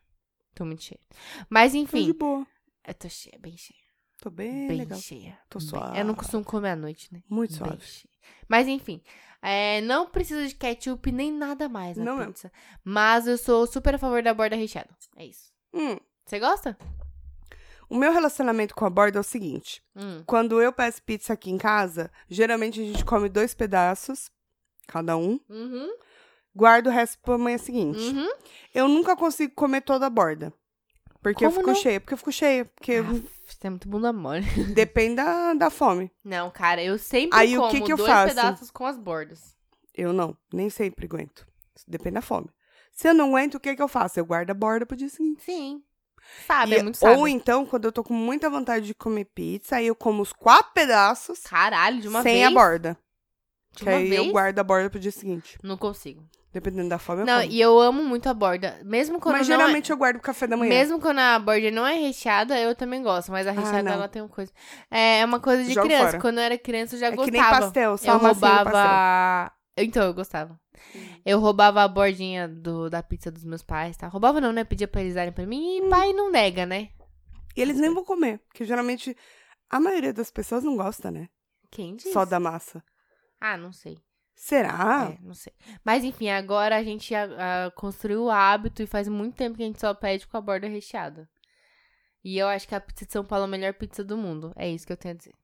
S3: Tô muito cheia. Mas
S2: Tô é de
S3: enfim,
S2: boa.
S3: eu tô cheia, bem cheia.
S2: Tô bem,
S3: bem
S2: É, legal.
S3: cheia.
S2: Tô
S3: bem-
S2: suave.
S3: Eu não costumo comer à noite, né?
S2: Muito
S3: Bem
S2: suave.
S3: cheia. Mas enfim, é, não precisa de ketchup nem nada mais na
S2: Não é. mesmo.
S3: pizza. Mas eu sou super a favor da borda recheada. É isso.
S2: Hum,
S3: Você gosta?
S2: o meu relacionamento com a borda é o seguinte.
S3: Hum.
S2: Quando eu peço pizza aqui em casa, geralmente a gente come dois pedaços, cada um.
S3: Uhum.
S2: Guardo o resto pra manhã seguinte.
S3: Uhum.
S2: Eu nunca consigo comer toda a borda. Porque eu
S3: Como
S2: fico
S3: não?
S2: cheia. Porque eu fico cheia. Porque
S3: Ah, [laughs] Você é muito bunda mole.
S2: depende da, da fome.
S3: Não, cara, eu sempre
S2: Aí, o
S3: como
S2: que que eu
S3: dois
S2: faço?
S3: pedaços com as bordas.
S2: Eu não. Nem sempre aguento. Depende da fome. Se eu não aguento, o que, que eu faço? Eu guardo a borda pro dia seguinte.
S3: Sim. Sabe,
S2: E-
S3: é muito sábio.
S2: Ou então, quando eu tô com muita vontade de comer pizza, aí eu como os quatro pedaços
S3: Caralho, de uma
S2: sem
S3: vez.
S2: a borda.
S3: De
S2: que
S3: uma
S2: aí
S3: vez.
S2: eu guardo a borda pro dia seguinte.
S3: Não consigo.
S2: Dependendo da fome, eu
S3: Não,
S2: como.
S3: e eu amo muito a borda. Mesmo quando
S2: Mas
S3: não
S2: geralmente eu guardo o café da
S3: é...
S2: manhã.
S3: Mesmo quando a borda não é recheada, eu também gosto. Mas a recheada,
S2: Ah, não.
S3: ela tem uma coisa... É é uma coisa de
S2: Jogo
S3: criança.
S2: fora.
S3: Quando eu era criança, eu já
S2: é
S3: gostava.
S2: que nem pastel, só
S3: eu
S2: a massinha do pastel. Hum.
S3: roubava... Então, eu gostava. Eu roubava a bordinha do, da pizza dos meus pais, tá? Roubava não, né? Pedia pra eles darem pra mim.
S2: Hum.
S3: E pai não nega, né?
S2: E eles nem vão comer, porque geralmente a maioria das pessoas não gosta, né?
S3: Quem diz?
S2: Só da massa.
S3: Ah, não sei.
S2: Será?
S3: É, não sei. Mas enfim, agora a gente ah, ah, construiu o hábito e faz muito tempo que a gente só pede com a borda recheada. E eu acho que a pizza de São Paulo é a melhor pizza do mundo. É isso que eu tenho a dizer.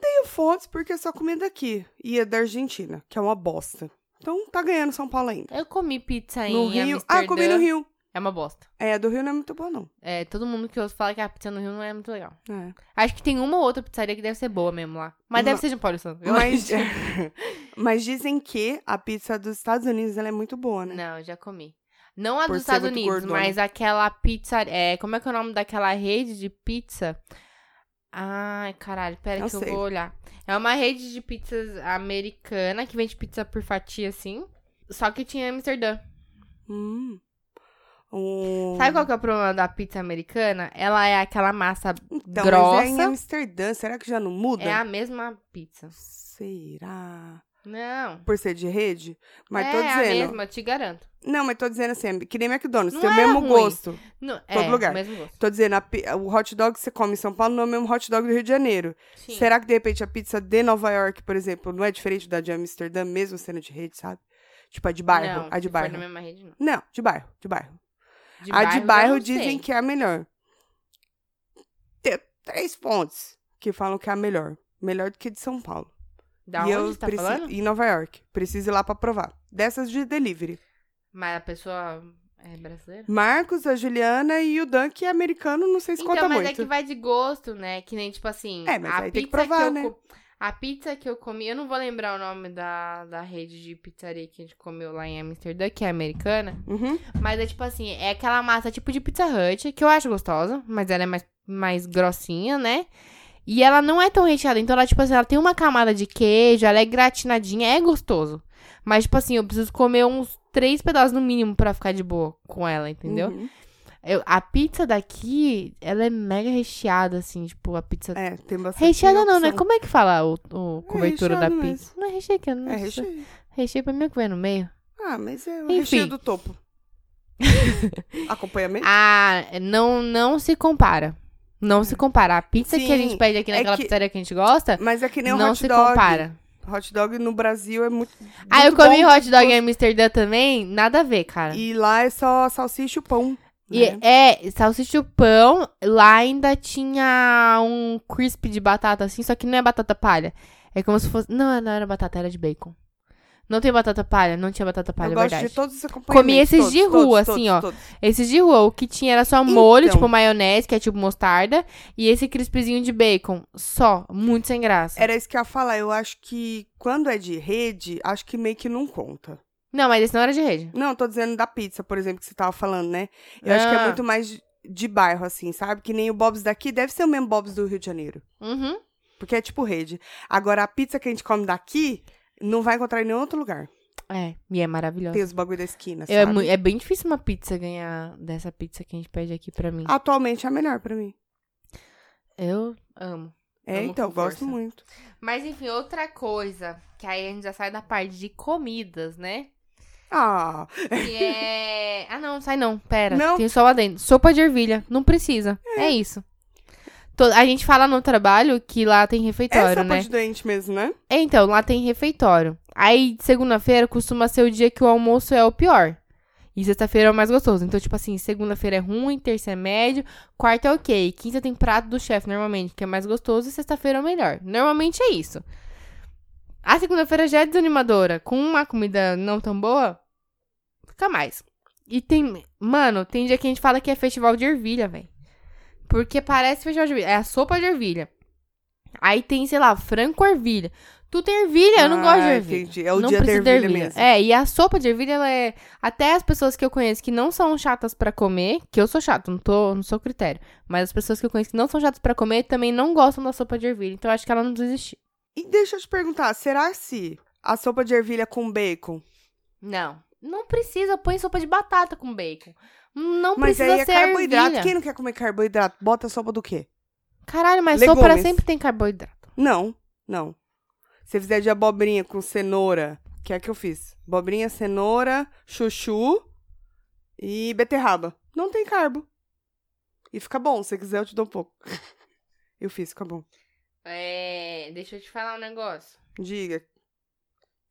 S2: Tenho fontes porque eu só comi daqui. E é da Argentina, que é uma bosta. Então tá ganhando São Paulo ainda.
S3: Eu comi pizza
S2: no
S3: em
S2: Rio.
S3: Amsterdã.
S2: Ah, comi no Rio.
S3: É uma bosta.
S2: É, a do Rio não é muito boa, não.
S3: É, todo mundo que ouve fala que a pizza no Rio não é muito legal.
S2: É.
S3: Acho que tem uma ou outra pizzaria que deve ser boa mesmo lá. Mas
S2: Não.
S3: deve ser de Paulo Santo. eu
S2: [laughs] Mas,
S3: acho.
S2: [laughs] mas dizem que a pizza dos Estados Unidos ela é muito boa, né?
S3: Não, eu já comi. Não a
S2: Por
S3: dos
S2: ser
S3: Estados
S2: muito
S3: Unidos,
S2: gordona.
S3: mas aquela pizza. É, como é que é o nome daquela rede de pizza? Ai, caralho, pera
S2: Não
S3: que
S2: sei.
S3: eu vou olhar. É uma rede de pizzas americana que vende pizza por fatia, assim. Só que tinha em Amsterdã.
S2: Hum. O-
S3: Sabe qual que é o problema da pizza americana? Ela é aquela massa.
S2: então, Mas é em
S3: grossa?
S2: Amsterdã, será que já não muda?
S3: É a mesma pizza.
S2: Será?
S3: Não.
S2: Por ser de rede? Mas
S3: é
S2: tô
S3: a
S2: dizendo.
S3: mesma, eu te garanto.
S2: Não, mas tô dizendo assim, que nem McDonald's,
S3: Não
S2: tem o
S3: é
S2: mesmo
S3: ruim.
S2: gosto.
S3: Não,
S2: Todo
S3: é,
S2: lugar.
S3: o mesmo gosto.
S2: Tô dizendo, a pi- o hot dog que você come em São Paulo não é o mesmo hot dog do Rio de Janeiro.
S3: Sim.
S2: Será que de repente a pizza de Nova York, por exemplo, não é diferente da de Amsterdã, mesmo sendo de rede, sabe? Tipo, a de bairro.
S3: Não,
S2: a de
S3: se for
S2: bairro.
S3: na mesma rede, não.
S2: Não, de bairro, de bairro.
S3: De
S2: a
S3: bairro,
S2: de
S3: eu
S2: bairro
S3: não
S2: dizem
S3: sei.
S2: que é a melhor. Tem três fontes que falam que é a melhor. Melhor do que a de São Paulo.
S3: Da
S2: e
S3: onde
S2: eu
S3: você tá
S2: preci-
S3: falando?
S2: Em Nova York. Preciso ir lá pra provar. Dessas de delivery.
S3: Mas a pessoa é brasileira?
S2: Marcos, a Juliana e o Dan, que é americano, não sei se
S3: Então,
S2: conta
S3: mas é
S2: muito.
S3: que vai de gosto, né? Que nem, tipo assim,
S2: É, mas
S3: a
S2: aí
S3: pizza
S2: tem que provar,
S3: eu
S2: né?
S3: co- A pizza que eu comi, eu não vou lembrar o nome da, da rede de pizzaria que a gente comeu lá em Amsterdã, que é americana.
S2: Uhum.
S3: Mas é tipo assim, é aquela massa tipo de Pizza Hut, que eu acho gostosa, mas ela é mais, mais grossinha, né? E ela não é tão recheada, então ela, tipo assim, ela tem uma camada de queijo, ela é gratinadinha, é gostoso. Mas, tipo assim, eu preciso comer uns três pedaços no mínimo pra ficar de boa com ela, entendeu?
S2: Uhum.
S3: Eu- a pizza daqui, ela é mega recheada, assim, tipo, a pizza.
S2: É, tem bastante.
S3: recheada não, né?
S2: opção.
S3: Como é que fala o, o cobertura da
S2: recheado
S3: pizza?
S2: mesmo.
S3: Não é recheio que eu não
S2: É
S3: sei.
S2: recheio.
S3: Recheio pra mim é o que vem no meio.
S2: Ah, mas é o
S3: Enfim.
S2: recheio do
S3: [laughs]
S2: topo. Acompanhamento?
S3: Ah, não, não se compara. Não se compara. A pizza que a
S2: Sim,
S3: gente pede aqui
S2: é
S3: naquela
S2: que-
S3: pizzaria que a gente gosta,
S2: Mas é que nem o
S3: não
S2: hot
S3: se
S2: dog.
S3: compara.
S2: Hot dog no Brasil é muito.
S3: Ah, eu
S2: muito
S3: comi
S2: bom.
S3: hot dog em Amsterdã também, nada a ver, cara.
S2: E lá é só salsicha e pão.
S3: E
S2: né?
S3: é, salsicha e o pão, lá ainda tinha um crisp de batata assim, só que não é batata palha. É como se fosse. Não, não era batata, era de bacon. Não tem batata palha, não tinha batata palha,
S2: eu
S3: é
S2: gosto
S3: verdade.
S2: de todos os acompanhamentos.
S3: Comi esses de
S2: todos,
S3: rua,
S2: todos,
S3: assim,
S2: todos,
S3: ó.
S2: todos.
S3: Esse de rua, o que tinha era só molho,
S2: Então.
S3: tipo maionese, que é tipo mostarda, e esse crispzinho de bacon. Só, muito sem graça.
S2: Era isso que eu ia falar. Eu acho que quando é de rede, acho que meio que não conta.
S3: Não, mas esse não era de rede.
S2: Não, eu tô dizendo da pizza, por exemplo, que você tava falando, né? Eu acho que é
S3: Ah.
S2: muito mais de- de bairro, assim, sabe? Que nem o Bob's daqui deve ser o mesmo Bob's do Rio de Janeiro.
S3: Uhum.
S2: Porque é tipo rede. Agora, a pizza que a gente come daqui não vai encontrar em nenhum outro lugar.
S3: É, e é maravilhoso.
S2: Tem os bagulho da esquina,
S3: É,
S2: sabe?
S3: mu- é bem difícil uma pizza ganhar dessa pizza que a gente pede aqui pra mim.
S2: Atualmente é a melhor pra mim.
S3: Eu amo.
S2: É,
S3: Vamos
S2: então,
S3: com
S2: gosto
S3: força.
S2: muito.
S3: Mas enfim, outra coisa, que aí a gente já sai da parte de comidas, né?
S2: Ah, [laughs]
S3: Que é. Ah, não, sai não. Pera.
S2: Não.
S3: Tem só lá dentro. Sopa de ervilha. Não precisa. É, isso. To- A gente fala no trabalho que lá tem
S2: essa é
S3: refeitório,
S2: sopa
S3: né?
S2: de doente mesmo, né?
S3: É, Então, lá tem refeitório. Aí, segunda-feira costuma ser o dia que o almoço é o pior. E sexta-feira é o mais gostoso. Então, tipo assim, segunda-feira é ruim, terça é médio, quarta é ok. Quinta tem prato do chefe, normalmente, que é mais gostoso, e sexta-feira é o melhor. Normalmente é isso. A segunda-feira já é desanimadora. Com uma comida não tão boa, fica mais. E tem. Mano, tem dia que a gente fala que é festival de ervilha, velho. Porque parece festival de ervilha. É a sopa de ervilha. Aí tem, sei lá, frango com ervilha. Tu tem ervilha? Eu não gosto de
S2: Ah,
S3: ervilha.
S2: entendi. É o
S3: não
S2: dia da
S3: precisa de
S2: ervilha mesmo.
S3: É, e a sopa de ervilha, ela é. Até as pessoas que eu conheço que não são chatas pra comer, que eu sou chato, não, tô, não sou critério. Mas as pessoas que eu conheço que não são chatas pra comer também não gostam da sopa de ervilha. Então eu acho que ela não desistiu.
S2: E deixa eu te perguntar, será se a sopa de ervilha com bacon?
S3: Não. Não precisa, põe sopa de batata com bacon. Não
S2: mas
S3: precisa
S2: aí é
S3: ser
S2: carboidrato.
S3: ervilha.
S2: Quem não quer comer carboidrato? Bota sopa do quê?
S3: Caralho, mas sopa
S2: Legumes.
S3: sempre tem carboidrato.
S2: Não, não. Se fizer de abobrinha com cenoura, que é a que eu fiz. Abobrinha, cenoura, chuchu e beterraba. Não tem carbo. E fica bom, se quiser eu te dou um pouco. Eu fiz, fica bom.
S3: É, deixa eu te falar um negócio.
S2: Diga,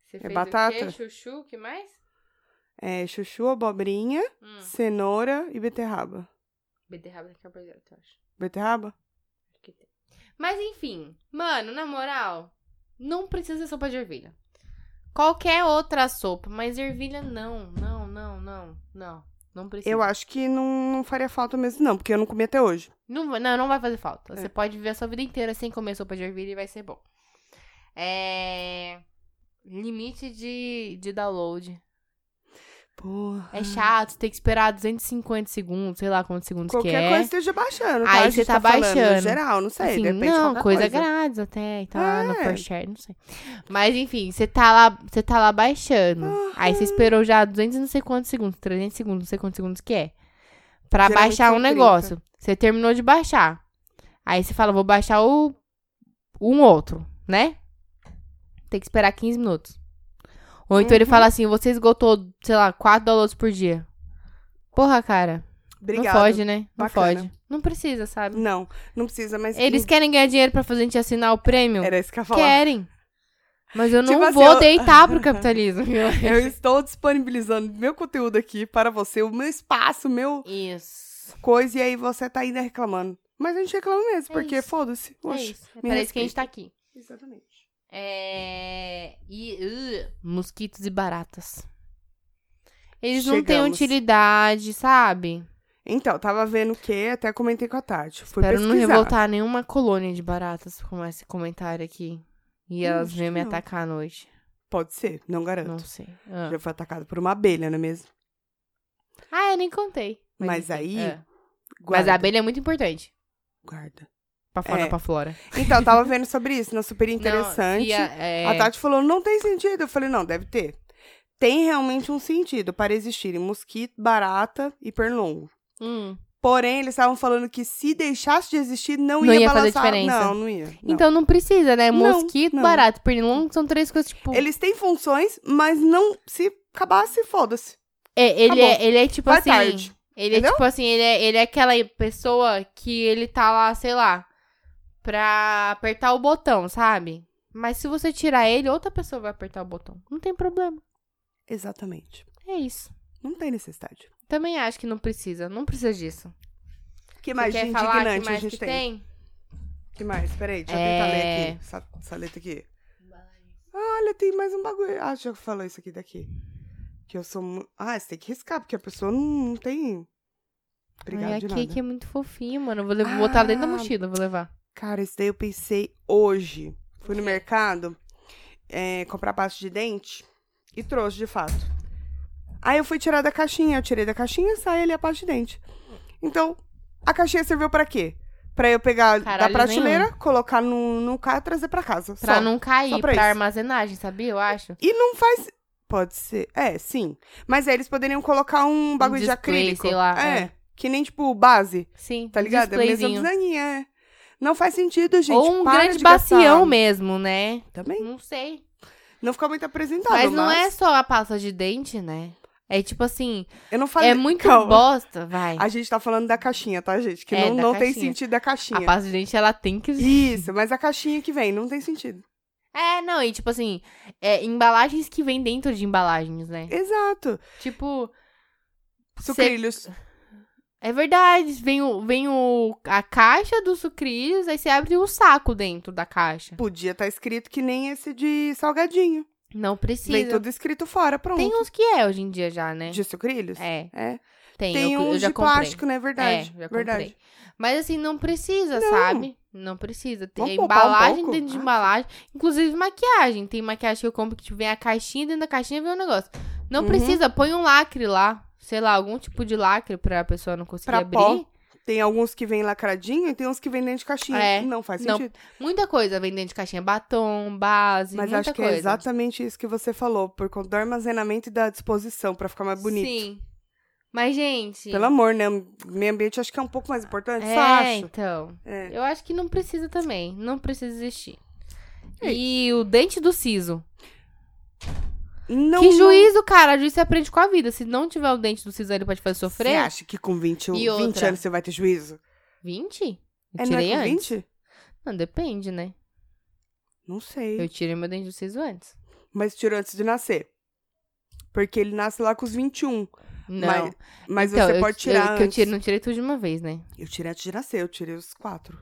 S3: Você
S2: fez o É batata? quê?
S3: Chuchu, que mais?
S2: é chuchu, abobrinha,
S3: Hum.
S2: cenoura e beterraba.
S3: beterraba tem carboidrato, eu acho.
S2: Beterraba?
S3: Mas enfim, mano, na moral, não precisa ser sopa de ervilha. Qualquer outra sopa, mas ervilha não, não, não, não, não. Não precisa.
S2: Eu acho que não, não faria falta mesmo, não, porque eu não comi até hoje.
S3: Não, vai- não, não vai fazer falta.
S2: É.
S3: Você pode viver a sua vida inteira sem comer sopa de ervilha e vai ser bom. É. Limite de, de download.
S2: Porra.
S3: É chato, tem que esperar 250 segundos, sei lá quantos segundos que
S2: Qualquer
S3: é.
S2: coisa esteja baixando, tá?
S3: Aí
S2: A
S3: você
S2: gente
S3: tá
S2: falando
S3: baixando.
S2: geral, não sei,
S3: Assim,
S2: de repente
S3: não,
S2: qualquer
S3: coisa,
S2: coisa.
S3: grátis até, e tá lá no
S2: É.
S3: Forshare, não sei. Mas enfim, você tá lá, você tá lá baixando. Aí você esperou já 200 e não sei quantos segundos, 300 segundos, não sei quantos segundos que é. Pra
S2: Geralmente
S3: baixar
S2: são
S3: um
S2: 30.
S3: negócio. Você terminou de baixar. Aí você fala, vou baixar o um outro, né? Tem que esperar 15 minutos. Ou então ele
S2: Uhum.
S3: fala assim, você esgotou, sei lá, 4 dólares por dia. Porra, cara.
S2: Obrigado.
S3: Não pode, né? Não
S2: Bacana.
S3: pode. Não precisa, sabe?
S2: Não, não precisa, mas.
S3: Eles querem ganhar dinheiro pra fazer a gente assinar o prêmio?
S2: Era isso que eu ia falar.
S3: Querem. Mas eu não
S2: Tipo assim,
S3: vou
S2: eu-
S3: deitar pro
S2: [laughs]
S3: capitalismo. viu?
S2: Eu estou disponibilizando meu conteúdo aqui para você, o meu espaço, o meu
S3: Isso.
S2: coisa, e aí você tá ainda reclamando. Mas a gente reclama mesmo,
S3: É
S2: porque
S3: isso.
S2: foda-se.
S3: É
S2: Oxe.
S3: isso. É
S2: me
S3: pra isso que a gente tá aqui.
S2: Exatamente.
S3: É... E... uh, mosquitos e baratas. Eles não têm
S2: Chegamos.
S3: utilidade, sabe?
S2: Então, tava vendo o quê? Até comentei com a Tati. Fui
S3: Espero não
S2: pesquisar.
S3: revoltar nenhuma colônia de baratas com esse comentário aqui. E
S2: Eu
S3: elas
S2: acho
S3: vêm
S2: que
S3: me
S2: não.
S3: atacar à noite.
S2: Pode ser, não garanto.
S3: Não sei. Ah,
S2: Já foi atacado por uma abelha, não é mesmo?
S3: Ah, eu nem contei.
S2: Mas
S3: enfim,
S2: aí,
S3: é. Mas
S2: Guarda.
S3: a abelha é muito importante.
S2: Guarda.
S3: Pra fauna,
S2: É.
S3: pra flora.
S2: Então, tava vendo sobre isso, não, super
S3: Não,
S2: interessante.
S3: e a- é,
S2: A Tati falou, não tem sentido. Eu falei, não, deve ter. Tem realmente um sentido para existirem mosquito, barata e pernilongo.
S3: hum.
S2: Porém, eles estavam falando que se deixasse de existir, não,
S3: Não ia fazer
S2: balançar.
S3: diferença.
S2: Não, não ia. não.
S3: Então não precisa, né?
S2: Não,
S3: Mosquito,
S2: não.
S3: barato, pernilongo são três coisas, tipo... Ele
S2: Eles têm funções, mas não se acabasse, foda-se.
S3: é, ele,
S2: acabou.
S3: é, ele é tipo
S2: Vai
S3: assim...
S2: tarde.
S3: Ele é
S2: entendeu?
S3: tipo assim, ele é, ele é aquela pessoa que ele tá lá, sei lá, pra apertar o botão, sabe? Mas se você tirar ele, outra pessoa vai apertar o botão. Não tem problema.
S2: Exatamente.
S3: É isso.
S2: Não tem necessidade.
S3: Também acho que não precisa. Não precisa disso.
S2: Que mais
S3: você
S2: de
S3: quer falar que
S2: indignante a
S3: mais
S2: gente
S3: que
S2: tem?
S3: tem?
S2: Que mais? Peraí, deixa eu tentar
S3: É.
S2: ler aqui. Essa, essa letra aqui. Olha, tem mais um bagulho. Ah, já falou isso aqui daqui. Que eu sou. mu- Ah, você tem que riscar, porque a pessoa não, não tem. Obrigada
S3: Olha
S2: de
S3: aqui
S2: nada.
S3: que é muito fofinho, mano. Eu Vou, levar, vou botar dentro da
S2: Ah.
S3: mochila, vou levar.
S2: Cara, isso daí eu pensei hoje. Fui no mercado é, comprar pasta de dente e trouxe, de fato. Aí eu fui tirar da caixinha. Eu tirei da caixinha, sai ali a pasta de dente. Então, a caixinha serviu pra quê? Pra eu pegar da
S3: Caralho
S2: prateleira, colocar no, no carro e trazer pra casa.
S3: Pra
S2: só.
S3: não cair,
S2: só
S3: pra,
S2: pra isso. Tá
S3: armazenagem, sabia? Eu acho.
S2: E não faz. Pode ser. É, sim. Mas aí eles poderiam colocar um bagulho de
S3: display,
S2: acrílico.
S3: sei lá,
S2: É,
S3: é.
S2: Que nem, tipo, base.
S3: Sim.
S2: Tá
S3: um
S2: ligado? É a mesma
S3: displayzinho.
S2: designinha, é. Não faz sentido, gente.
S3: Ou um
S2: Para
S3: grande
S2: de gastar.
S3: bacião mesmo, né?
S2: Também.
S3: Não sei.
S2: Não fica muito apresentável,
S3: Mas não é só a pasta de dente, né? É tipo assim,
S2: Eu não falei...
S3: é muito
S2: Calma.
S3: bosta, vai.
S2: A gente tá falando da caixinha, tá, gente? Que
S3: É,
S2: não,
S3: da
S2: não tem
S3: caixinha.
S2: sentido a
S3: A
S2: caixinha.
S3: pasta de dente, ela tem que...
S2: Isso, mas a caixinha que vem, não tem sentido.
S3: É, não, e tipo assim, é, embalagens que vêm dentro de embalagens, né?
S2: É. Exato.
S3: Tipo,
S2: Sucrilhos.
S3: é verdade, vem, o, vem o, a caixa dos sucrilhos, aí você abre o saco dentro da caixa.
S2: Podia estar escrito que nem esse de salgadinho.
S3: Não
S2: Vem
S3: precisa.
S2: tudo escrito fora, pronto.
S3: Tem uns que é hoje em dia já, né?
S2: De sucrilhos?
S3: É,
S2: É.
S3: tem,
S2: Tem
S3: eu, eu
S2: uns
S3: já
S2: de
S3: comprei.
S2: plástico, né? Verdade.
S3: É, já
S2: verdade.
S3: comprei. Mas assim, não precisa, sabe? Não precisa. Tem
S2: Vamos poupar um
S3: embalagem
S2: pouco?
S3: dentro de
S2: Ah,
S3: embalagem. Inclusive maquiagem. Tem maquiagem que eu compro que tipo, vem a caixinha dentro da caixinha vem o negócio. Não
S2: Uhum.
S3: precisa, põe um lacre lá. Sei lá, algum tipo de lacre pra pessoa não conseguir
S2: Pra
S3: abrir.
S2: pó. Tem alguns que vêm lacradinho e tem uns que vêm dentro de caixinha.
S3: É.
S2: Não faz
S3: Não,
S2: sentido.
S3: Muita coisa vem dentro de caixinha. Batom, base,
S2: Mas
S3: muita
S2: acho que
S3: coisa.
S2: é exatamente isso que você falou, por conta do armazenamento e da disposição, pra ficar mais é bonito.
S3: Sim. Mas, gente.
S2: Pelo amor, né? Meio ambiente acho que é um pouco mais importante,
S3: É,
S2: você acha?
S3: então.
S2: É.
S3: Eu acho que não precisa também. Não precisa existir.
S2: É
S3: E o dente do siso.
S2: Não,
S3: que
S2: não-
S3: juízo, cara. Juiz você aprende com a vida. Se não tiver o dente do siso, ele pode fazer
S2: Você
S3: sofrer.
S2: acha que com 20,
S3: E outra?
S2: 20 anos você vai ter juízo?
S3: 20?
S2: É,
S3: Eu
S2: não é
S3: tirei
S2: com
S3: antes.
S2: 20?
S3: Não, depende, né?
S2: Não sei.
S3: Eu tirei meu dente do siso antes.
S2: Mas tirou antes de nascer. Porque ele nasce lá com os 21.
S3: Não.
S2: Mas, mas
S3: Então,
S2: você
S3: eu-
S2: pode tirar
S3: Eu, que eu
S2: antes.
S3: tirei, não tirei tudo de uma vez, né?
S2: Eu tirei antes de nascer, eu tirei os quatro.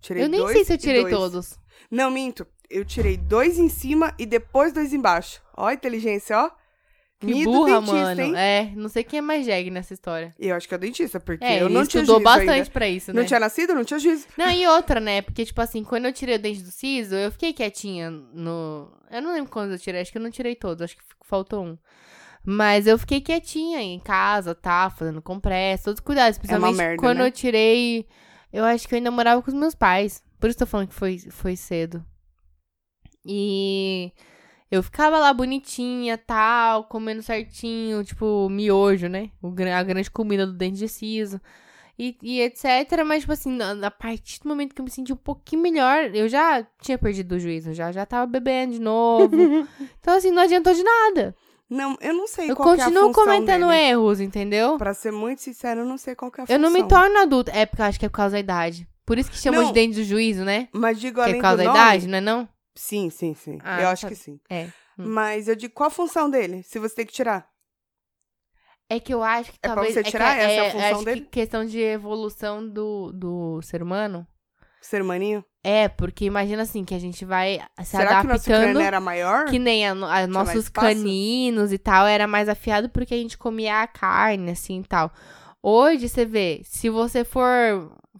S2: Tirei
S3: eu nem
S2: dois
S3: sei se eu
S2: e
S3: tirei
S2: dois.
S3: todos.
S2: Não, minto. Eu tirei dois em cima e depois dois embaixo. Ó, a inteligência, ó.
S3: Que
S2: Minha do
S3: burra,
S2: dentista,
S3: mano.
S2: hein?
S3: É, não sei quem é mais jegue nessa história.
S2: Eu acho que é o dentista, porque
S3: É,
S2: eu
S3: ele
S2: não tinha
S3: estudou
S2: juízo
S3: bastante
S2: ainda.
S3: pra isso, né?
S2: Não tinha nascido, não tinha juízo.
S3: Não, e outra, né? Porque, tipo assim, quando eu tirei o dente do siso, eu fiquei quietinha no. Eu não lembro quando eu tirei, acho que eu não tirei todos, acho que fi- faltou um. Mas eu fiquei quietinha em casa, tá? Fazendo compressa, todos os cuidados. Principalmente
S2: merda,
S3: quando
S2: né?
S3: eu tirei. Eu acho que eu ainda morava com os meus pais. Por isso tô falando que foi, foi cedo. E eu ficava lá bonitinha, tal, comendo certinho, tipo, miojo, né? O gran- a grande comida do dente de siso. E, e etc. Mas, tipo assim, na- a partir do momento que eu me senti um pouquinho melhor, eu já tinha perdido o juízo, já, já tava bebendo de
S2: [laughs]
S3: novo. então, assim, não adiantou de nada.
S2: Não, eu não sei
S3: Eu
S2: qual que é a
S3: continuo
S2: função
S3: cometendo
S2: dele.
S3: erros, entendeu?
S2: Pra ser muito sincero, eu não sei qual que é a função.
S3: Eu não me torno adulta. É, porque eu acho que é por causa da idade. Por isso que chamam
S2: Não.
S3: de dente do juízo, né?
S2: Mas digo,
S3: Que é
S2: além
S3: por causa
S2: do
S3: da
S2: nome...
S3: idade, não é não?
S2: Sim, sim, sim.
S3: Ah,
S2: eu acho
S3: tá.
S2: que sim.
S3: É. Hum.
S2: Mas eu digo, qual a função dele? Se você tem que tirar.
S3: É que eu acho que
S2: É pra
S3: talvez...
S2: você
S3: que
S2: tirar? Essa é a função
S3: acho que
S2: dele?
S3: questão de evolução do, do ser humano.
S2: Ser maninho?
S3: É, porque imagina assim, que a gente vai se
S2: Será que o nosso
S3: adaptando...
S2: crânio era maior?
S3: Que nem a, no- a nossos
S2: espaço?
S3: caninos e tal, era mais afiado porque a gente comia a carne, assim e tal. Hoje, você vê, se você for,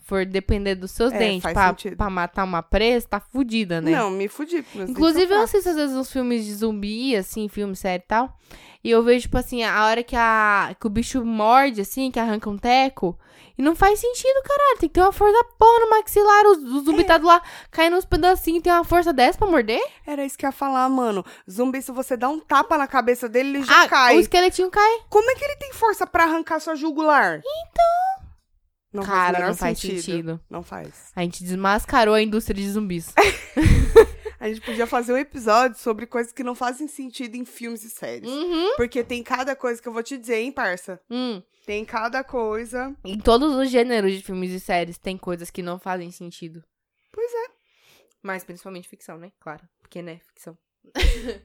S3: for depender dos seus
S2: É,
S3: dentes
S2: faz
S3: pra,
S2: sentido.
S3: pra matar uma presa, tá fudida, né?
S2: Não, me fudi. mas
S3: Inclusive, eu
S2: então tá.
S3: assisto às vezes uns filmes de zumbi, assim, filme sério e tal. E eu vejo, tipo assim, a hora que, a, que o bicho morde, assim, que arranca um teco. E não faz sentido, caralho. Tem que ter uma força da porra no maxilar. O, o
S2: É.
S3: zumbi tá do lá caindo uns pedacinhos. Tem uma força dessa pra morder?
S2: Era isso que eu ia falar, mano. Zumbi, se você dá um tapa na cabeça dele, ele já
S3: Ah,
S2: cai.
S3: O esqueletinho cai.
S2: Como é que ele tem força pra arrancar sua jugular? Então. Não faz o
S3: Cara,
S2: menor
S3: não faz sentido.
S2: Não faz.
S3: A gente desmascarou a indústria
S2: [laughs]
S3: de zumbis.
S2: A gente podia fazer um episódio sobre coisas que não fazem sentido em filmes e séries.
S3: uhum.
S2: Porque tem cada coisa que eu vou te dizer, hein, parça?
S3: Hum.
S2: Tem cada coisa.
S3: Em todos os gêneros de filmes e séries tem coisas que não fazem sentido.
S2: Pois
S3: é. Mas principalmente ficção, né? Claro. Porque, né? Ficção.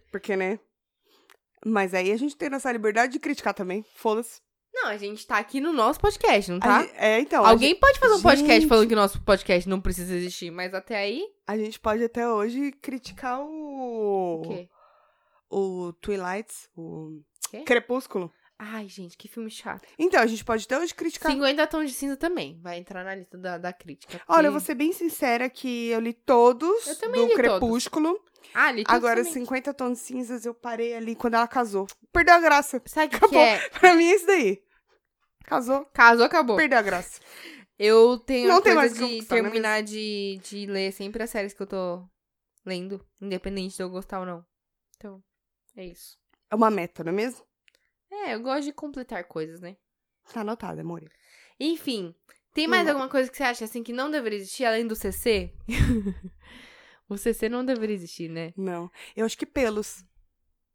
S2: Porque, né? Mas aí a gente tem nossa liberdade de criticar também. Foda-se.
S3: Não, a gente tá aqui no nosso podcast, não
S2: A
S3: tá?
S2: gen- É, então. a
S3: Alguém pode fazer um podcast
S2: Gente.
S3: falando que nosso podcast não precisa existir, mas até aí.
S2: A gente pode até hoje criticar o.
S3: O quê?
S2: O Twilight, o.
S3: Quê?
S2: Crepúsculo.
S3: Ai, gente, que filme chato.
S2: Então, a gente pode até hoje criticar.
S3: 50 tons de cinza também. Vai entrar na lista da, da crítica. porque-
S2: Olha, eu vou ser bem sincera que eu li todos
S3: Eu também
S2: do
S3: li
S2: Crepúsculo.
S3: Ah, li tudo
S2: Agora,
S3: também.
S2: 50 tons de cinzas, eu parei ali quando ela casou. Perdeu a graça. [laughs]
S3: Sabe o que
S2: Acabou.
S3: é?
S2: Pra mim é isso daí. Casou,
S3: Casou, acabou.
S2: perdeu a graça.
S3: Eu tenho
S2: Não
S3: a
S2: tem
S3: coisa
S2: mais o que
S3: de
S2: conquistar, né,
S3: terminar de, de ler sempre as séries que eu tô lendo, independente de eu gostar ou não. Então, é isso.
S2: É uma meta, não é mesmo?
S3: É, eu gosto de completar coisas, né?
S2: Tá anotado, amor.
S3: Enfim, Tem mais
S2: Não.
S3: alguma coisa que você acha assim que não deveria existir além do CC? [laughs] o CC não deveria existir, né?
S2: Não. Eu acho que pelos.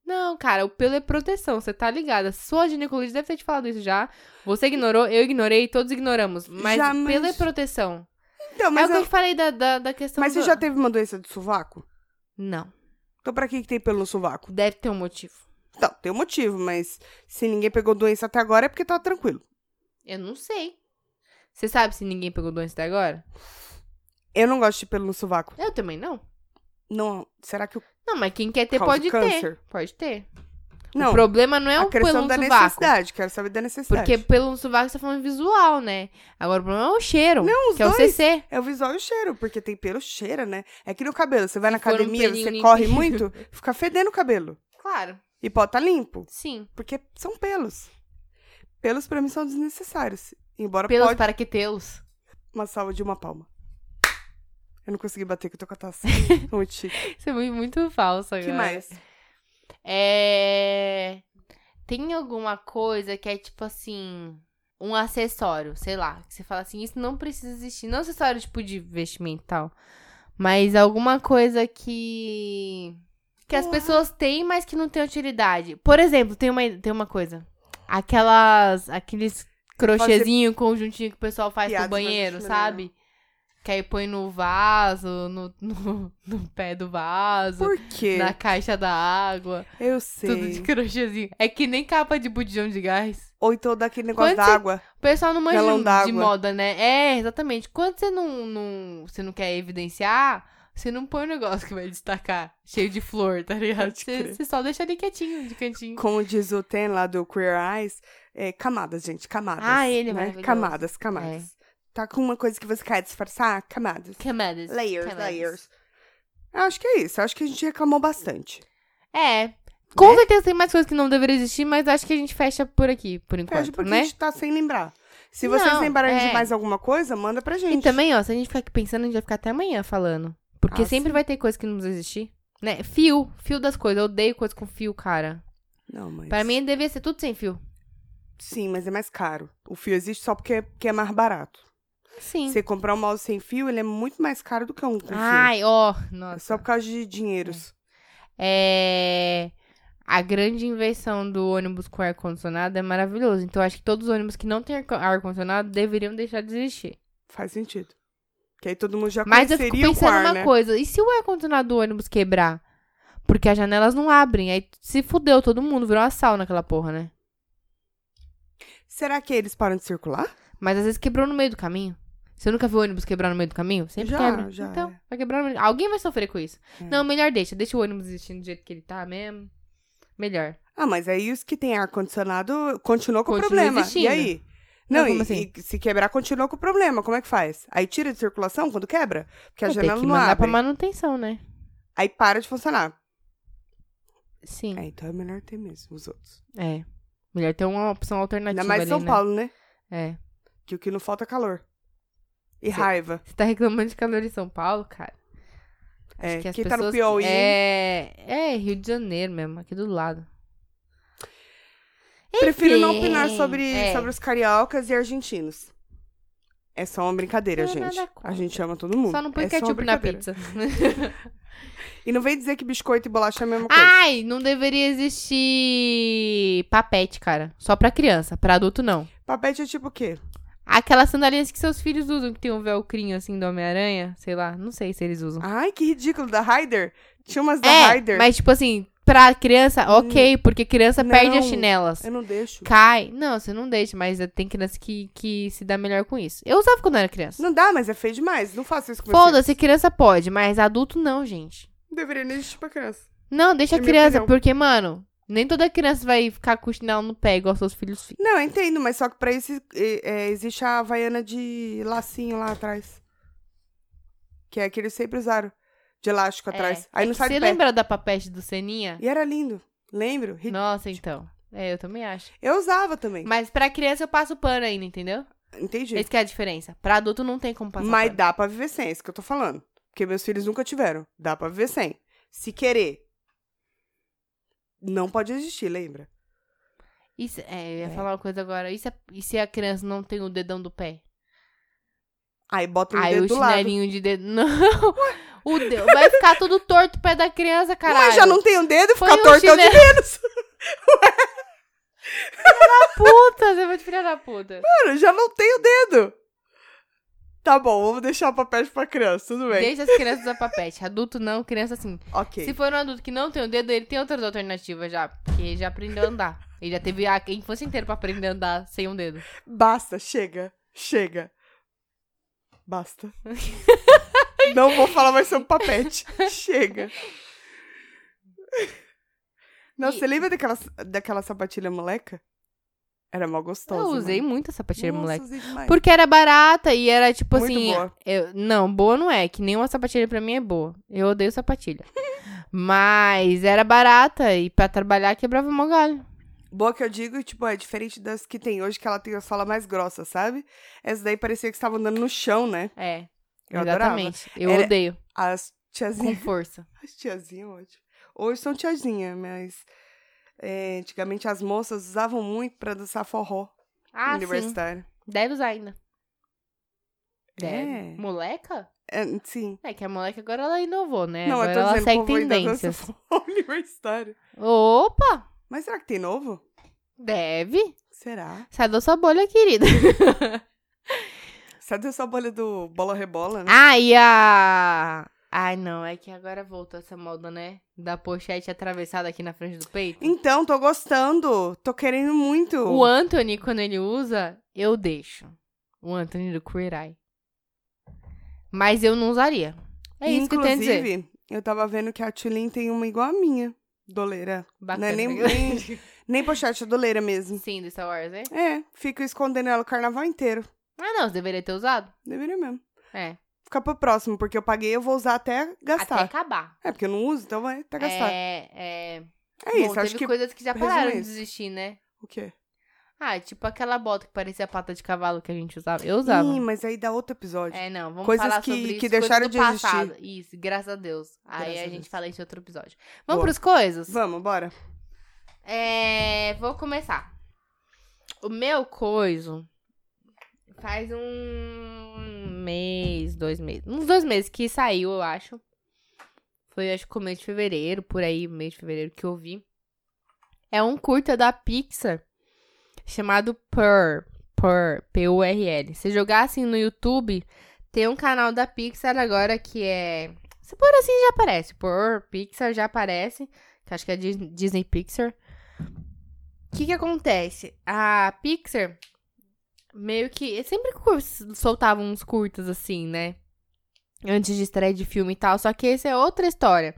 S3: Não, cara, o pelo é proteção, você tá ligada. Sua ginecologista deve ter te falado isso já. Você ignorou, eu ignorei, todos ignoramos. Mas
S2: Já,
S3: o pelo é
S2: mas-
S3: proteção.
S2: Então, mas,
S3: é o que eu
S2: eu-
S3: te falei da, da, da questão
S2: mas
S3: do...
S2: você já teve uma doença de sovaco?
S3: Não,
S2: Então, pra que que tem pelo no sovaco?
S3: deve ter um motivo.
S2: Então, tem um motivo, mas se ninguém pegou doença até agora é porque tá tranquilo.
S3: Eu não sei. Você sabe se ninguém pegou doença até agora?
S2: Eu não gosto de pelo no sovaco.
S3: Eu também não.
S2: Não, será que o.
S3: Não, mas quem quer ter
S2: Causa
S3: pode ter.
S2: câncer.
S3: Pode ter.
S2: Não,
S3: o problema não é
S2: a
S3: o pelo
S2: questão
S3: no
S2: da
S3: sovaco.
S2: necessidade. Quero saber da necessidade.
S3: Porque pelo sovaco você tá falando visual, né? Agora o problema é o cheiro.
S2: Não, os
S3: que é o
S2: dois.
S3: CC.
S2: É o visual e o cheiro, porque tem pelo cheira, né? É que no cabelo, você vai na
S3: for um
S2: academia,
S3: pelinho
S2: você
S3: limpinho.
S2: corre muito, fica fedendo o cabelo.
S3: Claro,
S2: E pode tá limpo,
S3: sim.
S2: porque são pelos. Pelos pra mim são desnecessários. Embora
S3: Pelos
S2: pode
S3: para que tê-los.
S2: uma salva de uma palma. Eu não consegui bater que eu tô com a
S3: [laughs]
S2: taça. muito chique.
S3: [laughs] Isso é muito, muito falso agora.
S2: que mais?
S3: É... Tem alguma coisa que é tipo assim... Um acessório, sei lá. Que você fala assim, isso não precisa existir. Não acessório tipo de vestimenta e tal. Mas alguma coisa que... Que as
S2: Uau.
S3: pessoas têm, mas que não tem utilidade. Por exemplo, tem uma, tem uma coisa. Aquelas... Aqueles crochêzinho, conjuntinho que o pessoal faz pro
S2: Piadas, mas
S3: banheiro,
S2: acho melhor
S3: sabe? Que aí põe no vaso, no, [laughs] no, no pé do vaso.
S2: Por quê?
S3: Na caixa da água,
S2: Eu sei.
S3: tudo de crochêzinho. É que nem capa de botijão de gás.
S2: Ou então daquele negócio
S3: Quando você-
S2: d'água.
S3: O pessoal não manja
S2: Galão
S3: de
S2: é um d'água.
S3: moda, né? É, exatamente. Quando você não, não, você não quer evidenciar, você não põe um negócio que vai destacar, cheio de flor, tá ligado?
S2: [laughs] Pode
S3: Você,
S2: crer.
S3: você só deixa ali quietinho, de cantinho.
S2: Como diz o Ten lá do Queer Eyes, é, camadas, gente, camadas.
S3: Ah, ele é
S2: né?
S3: maravilhoso.
S2: Camadas, camadas. Tá com uma coisa que você quer disfarçar? Camadas.
S3: Camadas.
S2: Layers,
S3: camadas.
S2: layers. Eu Acho que é isso. Eu Acho que a gente reclamou bastante. Né?
S3: É. Com certeza tem mais coisas que não deveriam existir, mas acho que a gente fecha por aqui, por enquanto,
S2: Pede porque
S3: né?
S2: a gente tá sem lembrar. Se vocês
S3: Não,
S2: lembrarem
S3: é.
S2: de mais alguma coisa, manda pra gente.
S3: E também, ó, se a gente ficar aqui pensando, a gente vai ficar até amanhã falando. Porque
S2: Ah,
S3: sempre vai ter coisa que não precisa existir. Né? Fio, fio das coisas. Eu odeio coisa com fio, cara.
S2: Não, mas...
S3: Pra mim é devia ser tudo sem fio.
S2: Sim, mas é mais caro. O fio existe só porque é, porque é mais barato.
S3: Sim.
S2: Você comprar um mouse sem fio, ele é muito mais caro do que um com fio.
S3: Ai, ó,
S2: É
S3: nossa.
S2: Só por causa de dinheiros.
S3: É. A grande invenção do ônibus com ar-condicionado é maravilhoso. Então, eu acho que todos os ônibus que não têm ar- ar-condicionado deveriam deixar de existir.
S2: Faz sentido. Que aí todo mundo já
S3: Mas eu fico
S2: conheceria o
S3: pensando
S2: quarto,
S3: uma
S2: né?
S3: coisa. E se o ar-condicionado do ônibus quebrar? Porque as janelas não abrem. Aí se fudeu todo mundo, virou uma sauna aquela porra, né?
S2: Será que eles param de circular?
S3: Mas às vezes quebrou no meio do caminho. Você nunca viu o ônibus quebrar no meio do caminho? Sempre
S2: Já,
S3: quebra.
S2: já,
S3: então,
S2: é.
S3: vai quebrar no meio. Alguém vai sofrer com isso.
S2: É.
S3: Não, melhor deixa. Deixa o ônibus existindo do jeito que ele tá mesmo. Melhor.
S2: Ah, mas aí os que têm ar-condicionado continuam com o
S3: Continua
S2: problema.
S3: existindo.
S2: E aí?
S3: Não,
S2: Não,
S3: como
S2: e,
S3: assim?
S2: e se quebrar, continua com o problema. Como é que faz? Aí tira de circulação quando quebra? Porque a
S3: Vai ter
S2: janela
S3: que
S2: não
S3: mandar pra
S2: abre.
S3: manutenção, né?
S2: Aí para de funcionar.
S3: Sim.
S2: É, então é melhor ter mesmo os outros.
S3: É. Melhor ter uma opção alternativa
S2: Ainda mais
S3: ali,
S2: São
S3: né?
S2: Paulo, né?
S3: É.
S2: Que o que não falta é calor. E
S3: Sim.
S2: raiva.
S3: Você tá reclamando de calor em São Paulo, cara? Acho
S2: É,
S3: que as
S2: quem tá no
S3: pessoas-
S2: Piauí.
S3: É... é, Rio de Janeiro mesmo, aqui do lado.
S2: Prefiro não
S3: Enfim,
S2: opinar sobre,
S3: é.
S2: sobre os cariocas e argentinos. É só uma brincadeira,
S3: Não é nada
S2: gente.
S3: contra.
S2: A gente ama todo mundo.
S3: Só não põe
S2: é uma
S3: ketchup na
S2: brincadeira.
S3: pizza.
S2: E não vem dizer que biscoito e bolacha é a mesma
S3: Ah!
S2: coisa.
S3: Ai, não deveria existir papete, cara. Só pra criança, pra adulto não.
S2: Papete é tipo o quê?
S3: Aquelas sandalinhas que seus filhos usam, que tem um velcrinho assim do Homem-Aranha, sei lá, não sei se eles usam.
S2: Ai, que ridículo. Da Ryder? Tinha umas Ah, da
S3: é,
S2: Ryder.
S3: mas tipo assim, pra criança, ok, porque criança
S2: Não. É
S3: perde as chinelas.
S2: Eu não deixo.
S3: Cai. Não, você não deixa, mas é, tem criança que, que se dá melhor com isso. Eu usava quando era criança.
S2: Não dá, mas é feio demais. Não faço isso com você.
S3: Foda-se, criança pode, mas adulto não, gente.
S2: Não deveria nem existir pra criança.
S3: Não, deixa
S2: É
S3: a
S2: minha
S3: criança,
S2: opinião.
S3: porque, mano, nem toda criança vai ficar com o chinelo no pé, igual seus filhos ficam.
S2: Não, eu entendo, mas só que pra isso é, é, existe a Havaiana de lacinho lá atrás. Que é que eles sempre usaram. De elástico atrás.
S3: É.
S2: Aí
S3: É
S2: não
S3: que
S2: sai
S3: Você
S2: do pé.
S3: lembra da papete do Seninha?
S2: E era lindo. Lembro. Ri-
S3: Nossa, então. É, eu também acho.
S2: Eu usava também.
S3: Mas pra criança eu passo pano ainda, entendeu?
S2: Entendi.
S3: Essa que é a diferença. Pra adulto não tem como passar
S2: Mas
S3: pano.
S2: dá pra viver sem, é isso que eu tô falando. Porque meus filhos nunca tiveram. Dá pra viver sem. Se querer. Não pode existir, lembra?
S3: Isso, é, eu ia
S2: É.
S3: é, falar uma coisa agora. E se, a, e se a criança não tem o dedão do pé?
S2: Aí bota o
S3: Aí
S2: dedo
S3: o
S2: do lado.
S3: chinelinho de dedo. [laughs] Não! O dedo vai ficar tudo torto o pé da criança, caralho.
S2: Mas já não tem um dedo,
S3: Põe
S2: fica
S3: um
S2: torto é o de
S3: chinelo.
S2: menos.
S3: Puta, você vai te filha da puta.
S2: Mano, já não tem o dedo. Tá bom, vamos deixar o papel pra criança, tudo bem.
S3: Deixa as crianças usar papete. Adulto não, criança sim.
S2: Ok.
S3: Se for um adulto que não tem o dedo, ele tem outras alternativas já. Porque ele já aprendeu a andar. Ele já teve a infância inteira pra aprender a andar sem um dedo.
S2: Basta, chega, chega.
S3: [laughs]
S2: Basta. Não vou falar mais sobre papete. Chega. Não,
S3: E-
S2: você lembra daquela, daquela sapatilha moleca? Era mó gostosa.
S3: Eu usei
S2: mano.
S3: muito essa sapatilha,
S2: Nossa,
S3: moleque.
S2: usei demais.
S3: Porque era barata e era tipo
S2: Muito
S3: assim.
S2: boa.
S3: eu- não, boa não é, que nenhuma sapatilha pra mim é boa. Eu
S2: [laughs]
S3: odeio sapatilha. Mas era barata e pra trabalhar quebrava mó galho.
S2: Boa que eu digo, tipo, é diferente das que tem hoje, que ela tem a sola mais grossa, sabe? Essa daí parecia que estava andando no chão, né?
S3: É.
S2: Eu adorava.
S3: exatamente. Eu
S2: Era- [laughs]
S3: odeio.
S2: As
S3: Com
S2: tiazinhas.
S3: força.
S2: As tiazinhas hoje. é Hoje são tiazinhas, mas é, antigamente as moças usavam muito pra dançar forró
S3: Ah, sim.
S2: universitário.
S3: Deve usar ainda. Deve.
S2: É.
S3: Moleca?
S2: É, sim.
S3: É que a moleca agora ela inovou, né?
S2: Não,
S3: agora
S2: eu tô
S3: ela
S2: dizendo
S3: segue
S2: o povo ainda dança
S3: tendências.
S2: forró [laughs] universitário.
S3: Opa!
S2: Mas será que tem novo?
S3: Deve.
S2: Será?
S3: Sai da sua bolha, querida.
S2: Sabe dessa bolha do bola rebola, né?
S3: Ah, e a. Ai, não, é que agora voltou essa moda, né? Da pochete atravessada aqui na frente do peito.
S2: Então, tô gostando. Tô querendo muito.
S3: O Anthony, quando ele usa, eu deixo. O Anthony do Queer Eye. Mas eu não usaria. É isso que eu tenho a dizer.
S2: Inclusive, eu tava vendo que a Tulin tem uma igual a minha. Doleira.
S3: Bacana.
S2: Não
S3: [laughs]
S2: é nem, nem, nem pochete, é doleira mesmo.
S3: Sim, do Star Wars, né?
S2: É, fico escondendo ela o carnaval inteiro.
S3: Ah, não, você deveria ter usado.
S2: Deveria mesmo.
S3: É.
S2: Ficar pro próximo, porque eu paguei, eu vou usar até
S3: Até
S2: gastar.
S3: acabar.
S2: É, porque eu não uso, então vai até gastar. É,
S3: É, é... Bom,
S2: isso,
S3: teve
S2: acho que.
S3: coisas que já
S2: resume
S3: pararam de
S2: isso.
S3: desistir, né?
S2: O quê?
S3: Ah, tipo aquela bota que parecia a pata de cavalo que a gente usava. Eu usava.
S2: Ih, mas aí dá outro episódio.
S3: É, não, vamos
S2: Coisas
S3: falar
S2: que-
S3: sobre isso.
S2: que
S3: coisas
S2: deixaram
S3: do
S2: de existir.
S3: passado. Isso, graças a Deus. Aí
S2: Graças
S3: a
S2: a
S3: gente
S2: Deus.
S3: fala isso em outro episódio.
S2: Boa.
S3: Vamos pros coisas?
S2: Vamos, bora.
S3: É, vou começar. O meu coiso faz um mês, dois meses. Uns dois meses que saiu, eu acho. Foi, acho que começo de fevereiro, por aí, mês de fevereiro que eu vi. É um curta da Pixar chamado Purr. Purr, P-U-R-L. Se jogar assim no YouTube, tem um canal da Pixar agora que é. Se por assim já aparece. Purr, Pixar já aparece. Que acho que é Dis- Disney Pixar. O que que acontece? A Pixar meio que sempre cur- soltava uns curtas assim, né? Antes de estreia de filme e tal, só que essa é outra história.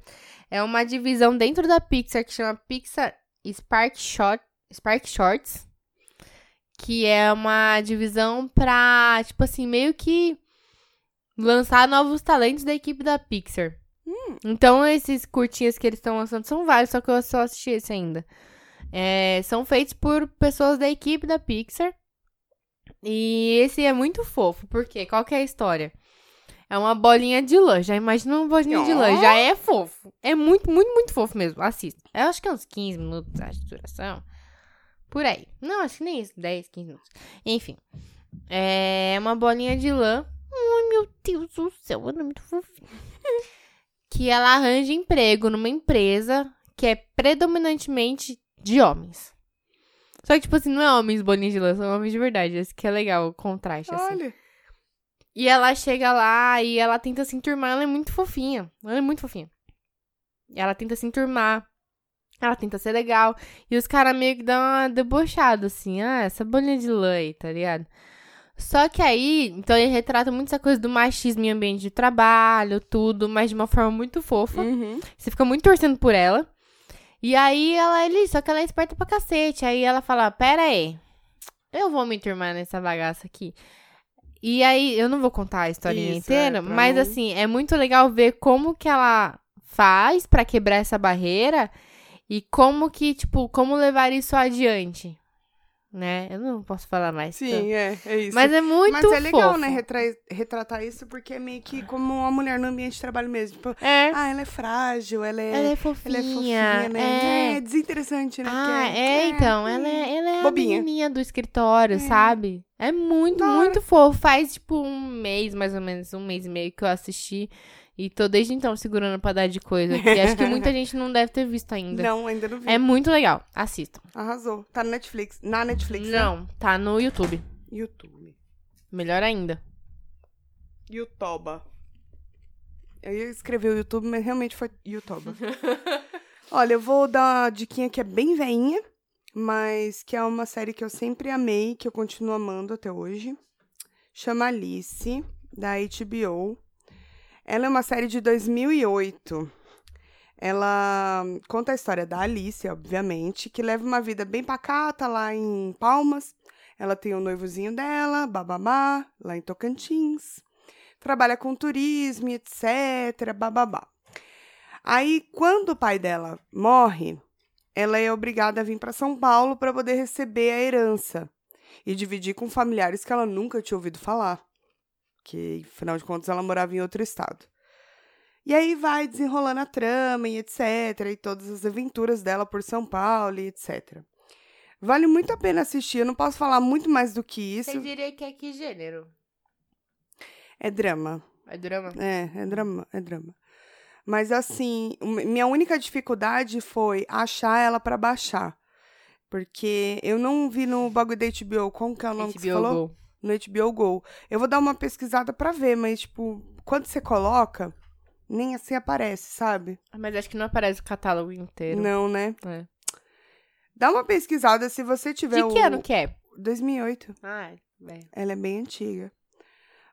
S3: É uma divisão dentro da Pixar que chama Pixar Spark Short, Spark Shorts, que é uma divisão pra, tipo assim, meio que lançar novos talentos da equipe da Pixar. Então, esses curtinhas que eles estão lançando são vários, só que eu só assisti esse ainda. É, são feitos por pessoas da equipe da Pixar. E esse é muito fofo, porque qual que é a história? É uma bolinha de lã, já imagina uma bolinha de lã, já é fofo. É muito, muito, muito fofo mesmo, assista. Eu acho que é uns 15 minutos acho, de duração, por aí. Não, acho que nem isso, 10, 15 minutos. Enfim, é uma bolinha de lã. Ai, meu Deus do céu, ela é muito fofa [laughs] que ela arranja emprego numa empresa que é predominantemente de homens. Só que, tipo assim, não é homens bolinhas de lã, são homens de verdade. Esse que é legal, o contraste, assim.
S2: Olha.
S3: E ela chega lá e ela tenta se enturmar. Ela é muito fofinha. Ela é muito fofinha. Ela tenta se enturmar. Ela tenta ser legal. E os caras meio que dão uma debochada, assim. Ah, essa bolinha de lã aí, tá ligado? Só que aí, então ele retrata muito essa coisa do machismo em ambiente de trabalho, tudo, mas de uma forma muito fofa.
S2: Uhum.
S3: Você fica muito torcendo por ela. E aí ela ele, só que ela é esperta pra cacete. Aí ela fala: Pera aí, eu vou me turmar nessa bagaça aqui. E aí, eu não vou contar a historinha
S2: Isso, é,
S3: inteira,
S2: pra
S3: mas
S2: não-
S3: assim, é muito legal ver como que ela faz pra quebrar essa barreira e como que, tipo, como levar isso adiante. né? Eu não posso falar mais. então.
S2: Sim, é, é isso.
S3: Tá. Mas é muito
S2: Mas é legal,
S3: fofo.
S2: né, retra- retratar isso, porque é meio que como uma mulher no ambiente de trabalho mesmo. Tipo,
S3: É.
S2: ah, ela é frágil, ela é,
S3: Ela é
S2: ela
S3: fofinha.
S2: é fofinha, né? É,
S3: É.
S2: desinteressante, né?
S3: Ah,
S2: Porque
S3: é, então. Ela é, ela é
S2: Hum. Bobinha.
S3: a menininha do escritório, sabe? É muito,
S2: Da hora.
S3: muito fofo. Faz, tipo, um mês, mais ou menos, um mês e meio que eu assisti. E tô desde então segurando pra dar de coisa. Que acho que
S2: [laughs]
S3: muita gente não deve ter visto ainda.
S2: Não, ainda não vi.
S3: É muito legal. Assistam.
S2: Arrasou. Tá no Netflix. Na Netflix, né?
S3: Não, tá no YouTube.
S2: YouTube.
S3: Melhor ainda.
S2: Yutoba. Eu ia escrever o YouTube, mas realmente foi Yutoba. Olha, eu vou dar uma diquinha que é bem veinha, mas que é uma série que eu sempre amei, que eu continuo amando até hoje. Chama Alice, da HBO. Ela é uma série de 2008. Ela conta a história da Alice, obviamente, que leva uma vida bem pacata lá em Palmas. Ela tem o noivozinho dela, bababá, lá em Tocantins trabalha com turismo, etc, bababá. Aí, quando o pai dela morre, ela é obrigada a vir para São Paulo para poder receber a herança e dividir com familiares que ela nunca tinha ouvido falar, que afinal de contas ela morava em outro estado. E aí vai desenrolando a trama e etc, e todas as aventuras dela por São Paulo e etc. Vale muito a pena assistir, eu não posso falar muito mais do que isso.
S3: diria que é que gênero?
S2: É drama.
S3: É drama?
S2: É, é drama, é drama. Mas assim, o- minha única dificuldade foi achar ela pra baixar. Porque eu não vi no bagulho da HBO, como que é o nome que você falou?
S3: HBO Go.
S2: No HBO Go. Eu vou dar uma pesquisada pra ver, mas tipo, quando você coloca, nem assim aparece, sabe?
S3: Ah, Mas acho que não aparece o catálogo inteiro.
S2: Não, né?
S3: É.
S2: Dá uma pesquisada se você tiver
S3: De que
S2: o
S3: ano que é?
S2: 2008.
S3: Ah, é.
S2: Ela é bem antiga.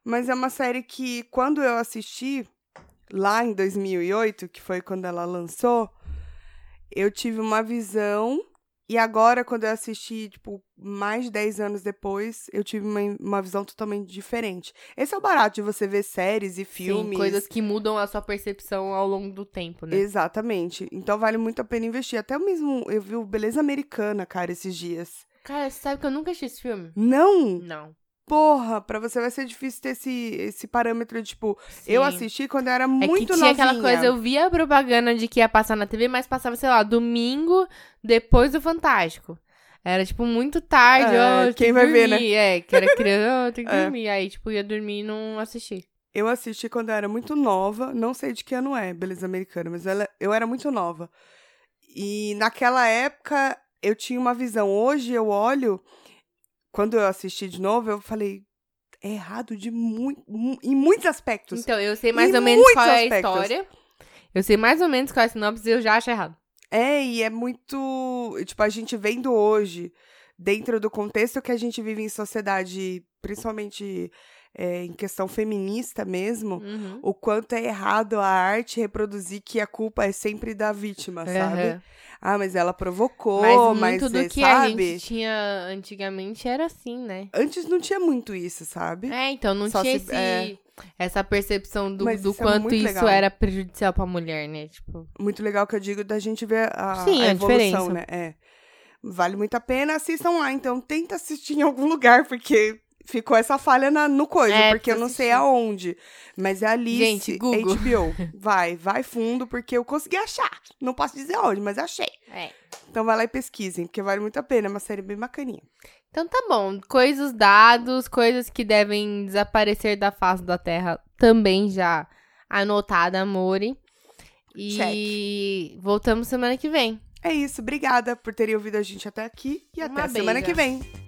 S2: Mas é uma série que, quando eu assisti, lá em 2008, que foi quando ela lançou, eu tive uma visão. E agora, quando eu assisti, tipo, mais de 10 anos depois, eu tive uma, uma visão totalmente diferente. Esse é o barato de você ver séries e filmes.
S3: Sim, coisas que mudam a sua percepção ao longo do tempo, né?
S2: Exatamente. Então vale muito a pena investir. Até mesmo eu vi o Beleza Americana, cara, esses dias.
S3: Cara, você sabe que eu nunca assisti esse filme?
S2: Não!
S3: Não.
S2: Porra, pra você vai ser difícil ter esse, esse parâmetro de, tipo, Eu
S3: Sim.
S2: assisti quando eu era
S3: É
S2: muito
S3: que tinha
S2: novinha.
S3: aquela coisa, eu via a propaganda de que ia passar na TV, mas passava, sei lá, domingo depois do Fantástico. Era, tipo, muito tarde.
S2: É,
S3: ó, eu
S2: quem
S3: tenho
S2: vai
S3: que
S2: ver,
S3: dormir. É, que era criança, ó, eu tenho
S2: [laughs]
S3: que
S2: É.
S3: dormir. Aí, tipo, ia dormir e não assisti.
S2: Eu assisti quando eu era muito nova, não sei de que ano é, Beleza Americana, mas ela- eu era muito nova. E naquela época eu tinha uma visão. Hoje eu olho, quando eu assisti de novo, eu falei, é errado de mui- mu- em muitos aspectos.
S3: Então, eu sei mais
S2: Em
S3: ou menos qual é a
S2: muitos aspectos.
S3: história. Eu sei mais ou menos qual é a sinopse e eu já acho errado.
S2: É, e é muito. Tipo, a gente vendo hoje, dentro do contexto que a gente vive em sociedade, principalmente é, em questão feminista mesmo.
S3: Uhum.
S2: o quanto é errado a arte reproduzir que a culpa é sempre da vítima, sabe?
S3: Aham.
S2: Ah, mas ela provocou,
S3: Mas
S2: mas,
S3: muito do
S2: é,
S3: que a
S2: sabe?
S3: gente tinha antigamente era assim, né?
S2: Antes não tinha muito isso, sabe?
S3: É, então não
S2: Só
S3: tinha
S2: se-
S3: esse-
S2: é.
S3: essa percepção do,
S2: Mas
S3: do
S2: isso é
S3: quanto
S2: muito
S3: isso
S2: legal.
S3: era prejudicial pra mulher, né? Tipo,
S2: Muito legal que eu digo da gente ver a,
S3: Sim,
S2: a
S3: a
S2: evolução,
S3: diferença.
S2: né? É. Vale muito a pena, assistam lá. Então tenta assistir em algum lugar, porque ficou essa falha na- no coisa,
S3: É,
S2: porque eu não
S3: precisa
S2: sei
S3: assistir.
S2: aonde. Mas é Alice,
S3: Gente, Google.
S2: HBO. Vai, vai fundo, porque eu consegui achar. Não posso dizer onde, mas achei.
S3: é.
S2: Então vai lá e pesquisem, porque vale muito a pena. É uma série bem bacaninha.
S3: Então tá bom, coisas dados, coisas que devem desaparecer da face da Terra também já anotada, amore. E voltamos semana que vem.
S2: É isso, obrigada por terem ouvido a gente até aqui e até
S3: Uma
S2: semana
S3: beija.
S2: que vem.